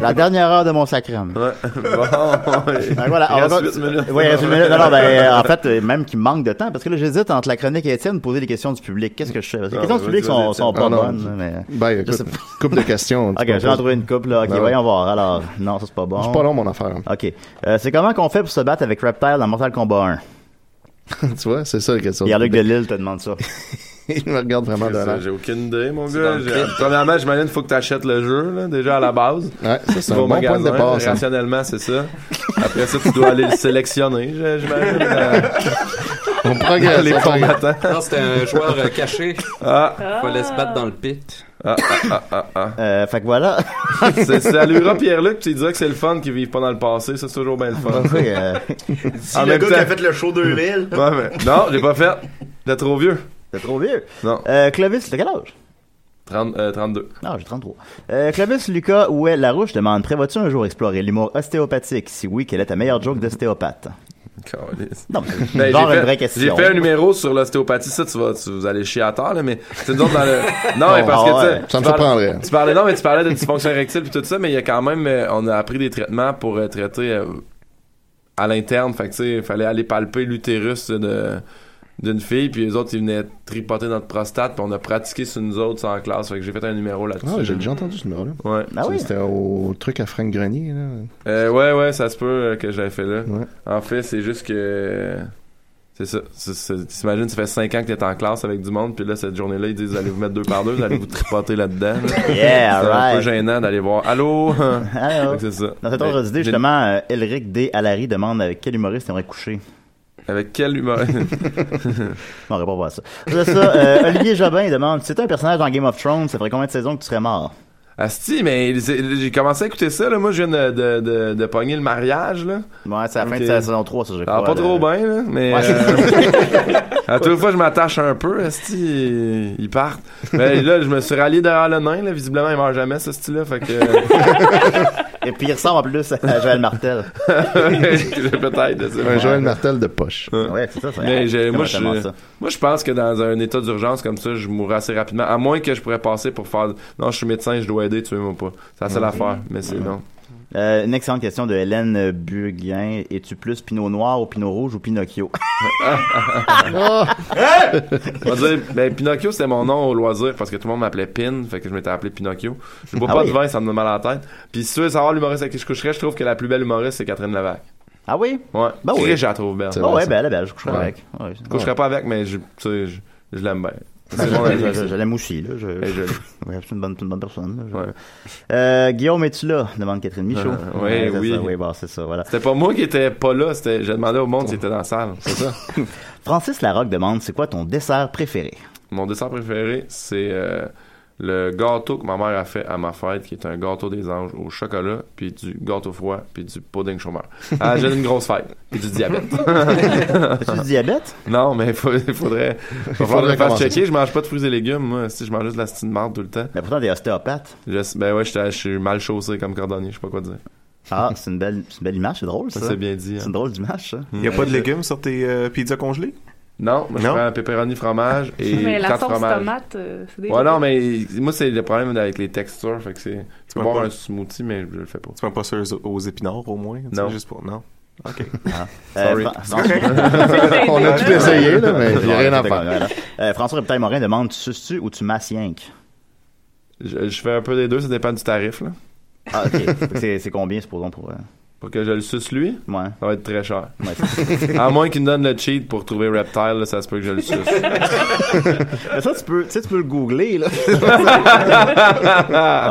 La dernière heure de mon sacrum.
Ouais. Bon, ouais.
Ben voilà,
Il
on
reste
va-
huit minutes.
Oui, il reste une minute. Non, non, ben, en fait, euh, même qu'il manque de temps, parce que là, j'hésite entre la chronique et Étienne, poser les questions du public. Qu'est-ce que je fais? Parce que les
Ah,
questions
vas-y,
du public
vas-y,
sont, sont
Étienne.
pas
Ah, non.
bonnes, mais...
Ben,
Je sais
écoute, couple de questions. tu
Ok, je
peux
vais en
poser.
trouver une couple, là. Ok,
Ben ouais.
voyons voir. Alors, non, ça, c'est pas bon.
C'est pas long, mon affaire.
Ok. Euh, c'est comment qu'on fait pour se battre avec Reptile dans Mortal Kombat
tu vois, c'est ça la question.
1? Pierre-Luc Delisle te demande ça.
Il me regarde vraiment de
Ça,
là.
J'ai aucune idée, mon
dans
gars.
le
J'ai-
clip.
Premièrement, j'imagine faut que t'achètes le jeu, là, déjà à la base.
Ouais, ça,
Tu
c'est
vas
un
au
bon point de
magasin,
départ. ça.
rationnellement, c'est ça. Après ça, tu dois aller le sélectionner, je- j'imagine. euh,
On progresse.
les
on progresse.
combattants.
Non, c'était un joueur euh, caché.
Ah,
Fallait se battre dans le pit.
ah, ah, ah, ah,
Euh, fait que voilà.
ah. C'est- Ça allurera Pierre-Luc, tu diras que c'est le fun qu'ils vivent pas dans le passé, ça c'est toujours bien le fun.
Oui, euh,
Si
En
le
même
gars
temps-
qui a fait le show 2000.
Ouais, mais- Non, j'ai pas fait. T'es trop vieux.
T'es trop vieux.
Non.
Euh, Clovis, t'as quel âge?
30, euh, 32.
Non, j'ai 33. Euh, Clovis, Lucas, où est Larouche demande Prévois-tu un jour explorer l'humour ostéopathique Si oui, quelle est ta meilleure joke d'ostéopathe Non, mais
Ben,
genre
j'ai
une
fait-
vraie question.
J'ai fait un numéro sur l'ostéopathie, ça, tu vas, tu, vous allez chier à terre, là, mais, tu sais, nous autres, dans le, non, mais parce
Ah
que, tu
ouais,
sais,
ça me
tu parles-
surprendrait.
Tu parlais, non, mais tu parlais de dysfonction érectile puis tout ça, mais il y a quand même, euh, on a appris des traitements pour euh, traiter euh, à l'interne, fait que, tu sais, il fallait aller palper l'utérus de, d'une fille, puis les autres, ils venaient tripoter notre prostate, puis on a pratiqué sur nous autres, ça, en classe, fait que j'ai fait un numéro là-dessus.
Ah, j'ai déjà entendu ce numéro-là.
Ouais.
Ah
Ça, C'était au truc à Frank Grenier. Là.
Euh, ouais, ouais, ça se peut euh, que j'avais fait là. En fait, c'est juste que. C'est ça. C'est- c'est- T'imagines, ça fait 5 ans que t'es en classe avec du monde, puis là, cette journée-là, ils disent vous allez vous mettre deux par deux, vous allez vous tripoter là-dedans. là.
Yeah,
C'est un peu
right.
gênant d'aller voir. Allô?
Allô?
Fait que C'est ça.
Dans cette autre
Mais-
idée, justement, euh, Elric D. Alary demande avec quel humoriste aimerait coucher.
Avec quel humoriste?
On répond pas à ça. Après ça, euh, Olivier Jobin demande si t'étais un personnage dans Game of Thrones, ça ferait combien de saisons que tu serais mort
Asti, mais c'est- j'ai commencé à écouter ça, là. Moi, je viens de, de, de, de pogner le mariage, là.
Ouais, c'est à la fin
Ok.
de la saison 3, ça, j'ai
Alors, Ah, pas trop ben. bien, là, mais.
Ouais.
euh, à toutes les fois, je m'attache un peu, Esti, ils partent. Mais là, je me suis rallié derrière le nain, là. Visiblement, il meurt jamais, ce style-là. Fait que.
Et puis, il ressemble en plus à Joël Martel.
Peut-être, je sais pas.
Un Joël Martel de poche.
Ouais, c'est ça. c'est-
Mais j'ai- moi, je,
Comment ça?
moi, je pense que dans un état d'urgence comme ça, je mourrais assez rapidement. À moins que je pourrais passer pour faire. Non, je suis médecin, je dois aider, tuez-moi pas. C'est la seule
Mhm.
affaire, mais c'est non.
Euh, une excellente question de Hélène Buguin. Es-tu plus Pinot Noir ou Pinot Rouge ou Pinocchio?
On va dire, ben, Pinocchio, c'était mon nom au loisir parce que tout le monde m'appelait Pin, fait que je m'étais appelé Pinocchio. Je bois
Ah
pas de
oui.
vin, ça me met mal à la tête. Puis si tu veux savoir l'humoriste avec qui je coucherais, je trouve que la plus belle humoriste, c'est Catherine Levac.
Ah oui?
Ouais.
Ben oui.
Chris, je la trouve belle.
Ah ouais, belle, belle, je coucherais avec. Ouais.
Je coucherais pas avec, mais je, tu sais, je, je l'aime bien.
Ben,
C'est
je-
mon ami,
je-
ça.
je- je l'aime aussi. Là, je...
Elle est jolie.
Ouais, c'est une bonne, une bonne personne. là, je- Euh, Guillaume, es-tu là? demande Catherine Michaud.
Ah,
Ouais,
ouais,
c'est
oui.
ça, oui, bon, c'est ça, voilà.
C'était pas moi qui était pas là, c'était, j'ai demandé au monde s'il était dans la salle. C'est ça.
Francis Larocque demande c'est quoi ton dessert préféré?
Mon dessert préféré, c'est euh, le gâteau que ma mère a fait à ma fête, qui est un gâteau des anges au chocolat, puis du gâteau froid, puis du pudding chômeur. Ah, j'ai une grosse fête, puis du diabète.
As-tu du diabète?
Non, mais il faut- il faudrait. Il
faudrait
faudrait faire
commencer.
checker. Je mange pas de fruits et légumes, moi. Si je mange juste de la stine marde tout le temps.
Mais Ben, pourtant, t'es ostéopathe.
Je, ben ouais, j'étais- je suis mal chaussé comme cordonnier, je sais pas quoi dire.
Ah, c'est une belle, c'est une belle image, c'est drôle ça.
Ça, c'est bien dit, hein.
C'est une drôle d'image ça.
Il n'y a
euh,
pas de légumes sur tes euh, pizzas congelées?
Non, moi, je prends un pepperoni fromage et
Mais la
quatre
sauce
fromages.
tomate, euh, c'est des.
Ouais, non, mais moi, c'est le problème avec les textures. Fait que c'est. Tu peux
prends
boire
pas-
un smoothie, mais je le fais pas.
Tu mets pas ça aux, aux épinards, au moins? Tu
Non.
sais, Juste pour... Non. OK.
Euh,
Sorry.
Fran-
C'est correct.
On a tout essayé, là, mais il y a
Ouais,
rien à
c'est
faire.
correct, voilà. Euh, François Reptail Morin demande tu suces-tu ou tu masses yank?
Je, je fais un peu des deux, ça dépend du tarif, là.
Ah, ok. c'est, c'est combien, supposons, pour. euh,
Pour que je le suce lui,
Ouais.
ça va être très cher.
Ouais, c'est-
à moins qu'il me donne le cheat pour trouver Reptile, là, ça se peut que je le suce.
Mais ça, tu peux, tu sais, tu peux le googler, là.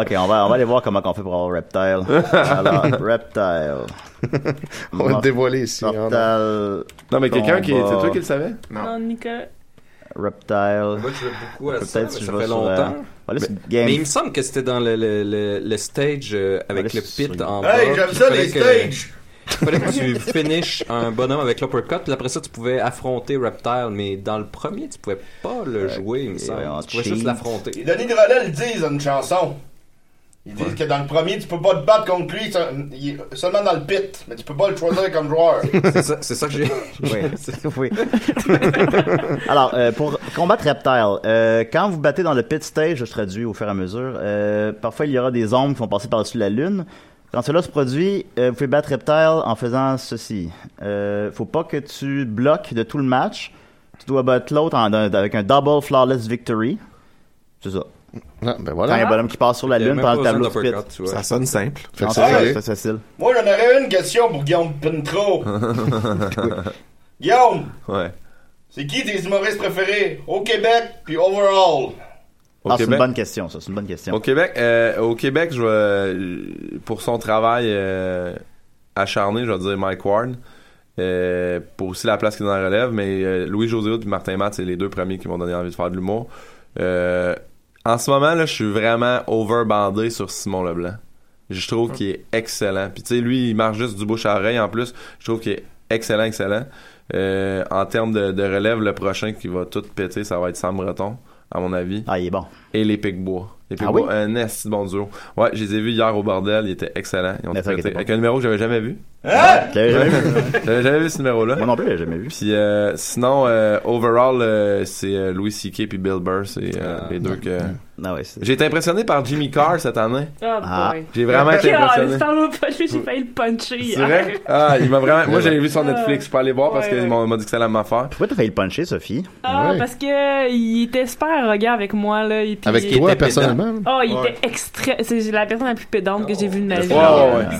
ok, on va, on va aller voir comment on fait pour avoir Reptile. Alors, Reptile.
On va le dévoiler ici. hein.
Reptile.
Non, mais quelqu'un qui. C'est
combat.
toi qui le savais?
Non, Nicolas.
Reptile.
Moi, je joue beaucoup à ça,
Peut-être
mais
si je
ça
vais
fait
sur, euh,
longtemps.
voilà,
mais,
c'est Game-
mais il me semble que c'était dans le, le, le, le stage euh, avec le pit en bas.
Hey, j'aime
puis
ça,
il fallait
les
Ah, que-
stages!
Il fallait que tu finishes un bonhomme avec l'uppercut, puis après ça, tu pouvais affronter Reptile, mais dans le premier, tu pouvais pas le jouer, il me
en
semble. Tu pouvais
cheat.
juste l'affronter.
Les Denis Drolet le disent dans une chanson. Ils disent que dans le premier, tu peux pas te battre contre lui ça- il est seulement dans le pit, mais tu peux pas le choisir comme joueur.
C'est ça, c'est ça que j'ai.
Oui. oui. Alors, euh, pour combattre Reptile, euh, quand vous battez dans le pit stage, je traduis au fur et à mesure, euh, parfois il y aura des ombres qui vont passer par-dessus la lune. Quand cela se produit, euh, vous pouvez battre Reptile en faisant ceci. Euh, faut pas que tu bloques de tout le match. Tu dois battre l'autre en- avec un double flawless victory. C'est ça.
ben voilà.
Quand il y a un bonhomme qui passe sur la
Il y a
lune
même
pendant le
pas
tableau
besoin
de pit.
d'uppercut, tu vois.
Ça sonne simple.
Fait que
Ah,
c'est
ouais,
réglé.
c'est facile.
Moi, j'en aurais une question pour Guillaume Pintro. Guillaume,
ouais.
c'est qui tes humoristes préférés au Québec puis overall?
Au
Ah, c'est une
Québec?
bonne question, ça. C'est une bonne question.
Au Québec, euh, au Québec, je vais- pour son travail euh, acharné, je vais dire Mike Ward. Euh, pour aussi la place qu'il en relève, mais euh, Louis José et Martin Matt, c'est les deux premiers qui m'ont donné envie de faire de l'humour. Euh, en ce moment, là, je suis vraiment overbandé sur Simon Leblanc. Je trouve qu'il est excellent. Puis tu sais, lui, il marche juste du bouche à oreille en plus. Je trouve qu'il est excellent, excellent. Euh, en termes de, de relève, le prochain qui va tout péter, ça va être Sam Breton, à mon avis.
Ah, il est bon.
Et les Picbois. Les
Ah
Picbois,
oui?
un esti de bon duo. Ouais, je les ai vus hier au bordel, ils étaient excellents. Ils ont
Mais ça,
tout
il était
pété.
bon.
Avec un numéro que j'avais jamais vu.
Hein?
J'avais jamais vu. J'avais jamais vu ce numéro-là. Moi
non plus, j'avais jamais vu.
Puis euh, sinon, euh, overall, euh, c'est euh, Louis C.K. puis Bill Burr, c'est euh,
Ah,
les deux que. J'ai été impressionné par Jimmy Carr cette année.
Oh
Ah.
boy.
J'ai vraiment été impressionné.
Ah, parle pas de lui, j'ai failli le puncher.
C'est
hier.
vrai? Ah, il m'a vraiment. Moi, j'avais vu sur
Ah.
Netflix. Je peux aller voir parce
Ouais,
qu'ils
ouais.
m'ont m'a dit que c'était la même affaire.
Pourquoi t'as failli le puncher, Sophie?
Ah, parce que il était super regard avec moi là. et puis-
Avec
il
toi,
était
personnellement?
pédant. Oh, il
Ouais.
était extra. C'est la personne la plus pédante que j'ai vue de
Oh,
ma vie.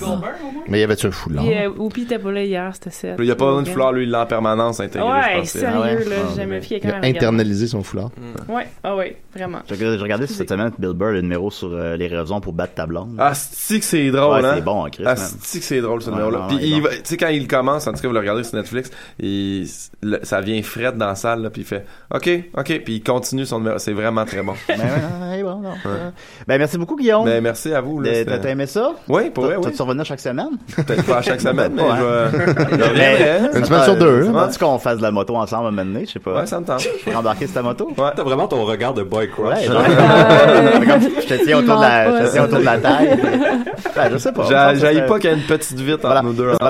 Mais il y avait-tu un foulard?
Puis, euh, Whoopi était pas là hier, c'était ça. euh,
Il n'y a pas besoin de foulard, lui, il l'a en permanence intégré. je
Ouais,
pense.
sérieux,
Ah
là, j'ai jamais vu
Il
quelqu'un
a
avec-
internalisé son foulard.
Ouais, ah ouais, vraiment.
J'ai regardé, j'ai regardé cette semaine Bill Burr le numéro sur euh, les raisons pour battre ta blonde.
Ah, c'est que c'est drôle,
Ouais,
hein?
c'est bon, hein, Chris, man.
Asti que c'est drôle, ce
Ouais,
numéro-là.
ouais,
Puis,
ouais,
il
bon.
va- tu sais, quand il commence, en tout cas, vous le regardez sur Netflix, il- le- ça vient fret dans la salle, là, puis il fait OK, OK, puis il continue son numéro. C'est vraiment très bon.
Ben, ouais, ouais, bon, non. Ben, merci beaucoup, Guillaume.
Ben, merci à vous. là,
Euh,
c'était-
T'as t'as aimé ça?
Oui, pour vrai, oui.
T'as-tu revenir chaque semaine?
Peut-être pas à chaque semaine, mais
Pas,
je
hein?
vais-
Mais-
je reviendrai, hein.
Une semaine sur deux. Tu qu'on fasse de la moto ensemble à un moment donné, je sais pas.
Ouais, ça me tente.
Embarquer sur ta moto?
Ouais,
t'as vraiment ton regard de boy crush.
Ouais, genre, comme, je te tiens autour de la, je te tiens autour de la taille. Ben, je sais pas.
J'ha- j'haïs pas qu'il y ait une petite vite entre nous deux.